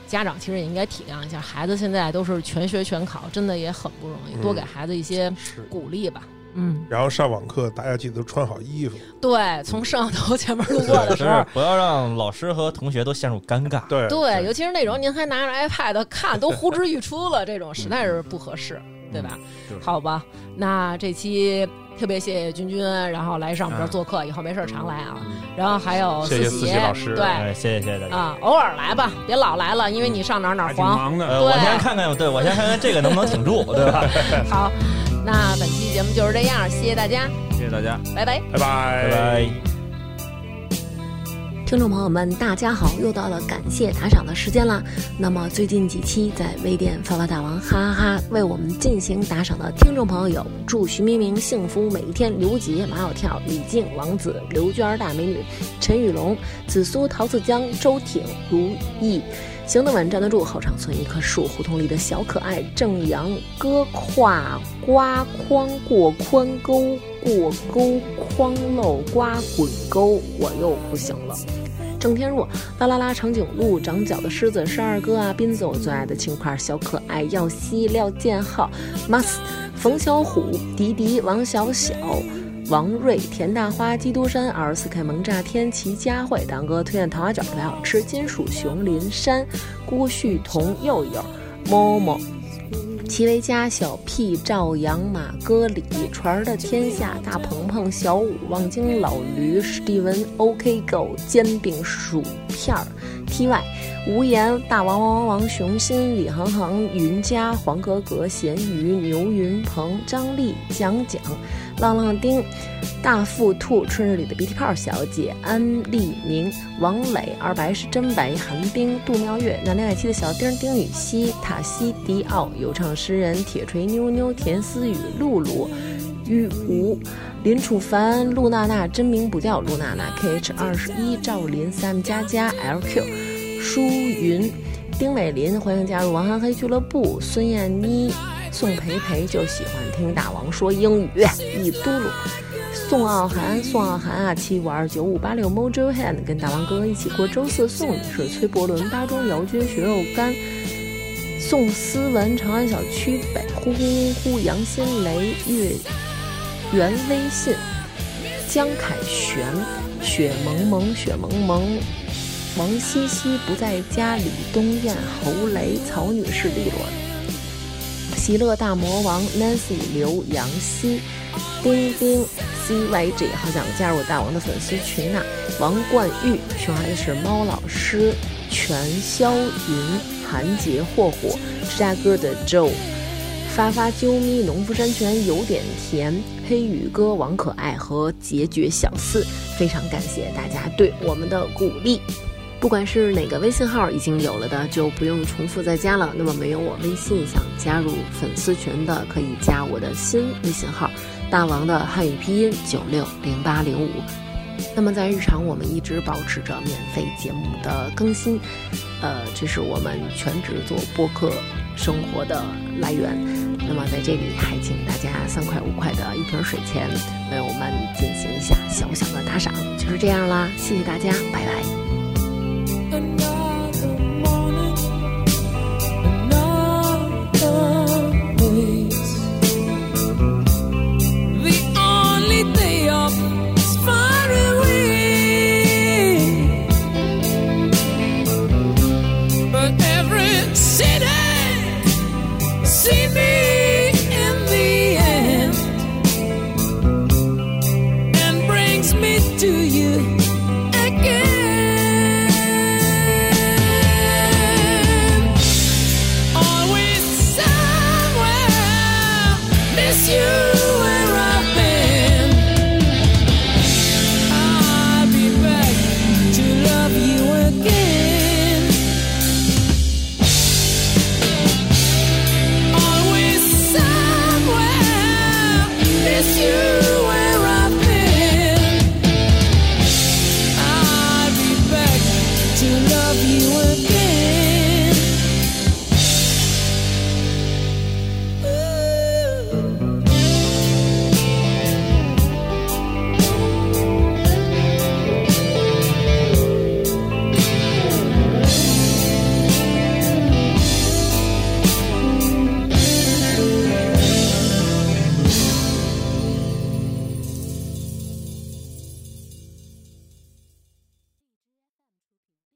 S3: 家长其实也应该体谅一下，孩子现在都是全学全考，真的也很不容易，
S4: 嗯
S3: 多给孩子一些
S4: 是。
S3: 鼓励吧。嗯，
S4: 然后上网课，大家记得穿好衣服。
S3: 对，从摄像头前面路过的
S6: 就
S3: 时候
S6: 是，不要让老师和同学都陷入尴尬。
S4: 对
S3: 对，尤其是那种您还拿着 iPad 看，都呼之欲出了，这种实在是不合适，对吧？
S5: 对
S3: 好吧，那这期特别谢谢君君，然后来上我们这儿做客，以后没事儿常来啊。然后还有
S4: 谢谢
S3: 喜
S4: 思琪老师
S3: 对
S6: 哎，谢谢谢谢大家。
S3: 啊，偶尔来吧，别老来了，因为你上哪儿哪
S4: 嗯
S5: 还
S3: 儿
S5: 挺
S3: 黄。
S5: 忙的
S6: 呃，。我
S3: 对
S6: 先看看，对我先看看这个能不能挺住，对
S3: (laughs)
S6: 吧？
S3: 好，那本期节目就是这样，谢谢大家，
S5: 谢谢大家。
S3: 拜拜。
S4: 拜拜
S6: 拜拜。
S1: 听众朋友们，大家好！又到了感谢打赏的时间啦。那么最近几期在微店发发大王哈哈哈为我们进行打赏的听众朋友有：祝徐明明幸福每一天、刘杰、马小跳、李静、王子、刘娟儿大美女、陈雨龙、紫苏、陶四江、周挺、如意。行得稳，站得住，后场村一棵树，胡同里的小可爱，正阳哥跨瓜筐过宽沟，过沟筐漏瓜滚沟，我又不行了。郑天若、啦啦啦、长颈鹿、长角的狮子、十二哥啊、斌子，我最爱的青块、小可爱、耀西、廖建浩、Mas、冯小虎、迪迪、王小小。王瑞、田大花、基督山、二十四 K 萌炸天、齐佳慧、党哥推荐桃花卷特别好吃、金属熊、林山、郭旭彤、佑佑、Momo、齐维佳、小 P、赵阳、马哥、里传儿的天下、大鹏鹏、小五、望京老驴、史蒂文、OK 狗、煎饼薯片儿、TY、无言、大王王王王、熊心、李航航、云佳、黄格格、咸鱼、牛云鹏、张丽、蒋蒋、浪浪丁、大腹兔、春日里的鼻涕泡小姐、安利宁、王磊、二白是真白、韩冰、杜妙月、南恋爱期的小丁、丁禹兮、塔西迪奥、有唱诗人、铁锤妞妞、田思雨、露露、于无、林楚凡、陆娜娜，真名不叫陆娜娜，K H 二十一、赵林、Sam 佳佳、L Q、舒云、丁美林，欢迎加入王涵黑俱乐部，孙燕妮。宋培培就喜欢听大王说英语，一嘟噜。宋傲寒，宋傲寒啊，七五二九五八六 Mojo Hand 跟大王哥一起过周四送你是崔伯伦、巴中、姚军、血肉干、宋思文、长安小区北、呼呼呼呼、杨新雷、月袁微信、江凯旋、雪蒙蒙、雪蒙蒙、王西西不在家、李东燕、侯雷、曹女士、利落席勒大魔王 Nancy 刘杨希，丁丁 CYG，好想加入大王的粉丝群呐、王冠玉，熊孩子是猫老师，全霄云，韩杰霍霍，芝加哥的 Joe。发发啾咪、农夫山泉有点甜、黑羽哥、王可爱和结局小四，非常感谢大家对我们的鼓励。不管是哪个微信号已经有了的，就不用重复再加了。那么没有我微信想加入粉丝群的，可以加我的新微信号“大王的汉语拼音九六零八零五”。那么在日常，我们一直保持着免费节目的更新，呃，这是我们全职做播客生活的来源。那么在这里，还请大家三块五块的一瓶水钱为我们进行一下小小的打赏，就是这样啦，谢谢大家，拜拜。
S9: Another morning, another ways. The only day off is far away. But every city see me in the end and brings me to you again. Always somewhere, miss you where I've been. I'll be back to love you again. Always somewhere, miss you where I've been. I'll be back to love you again.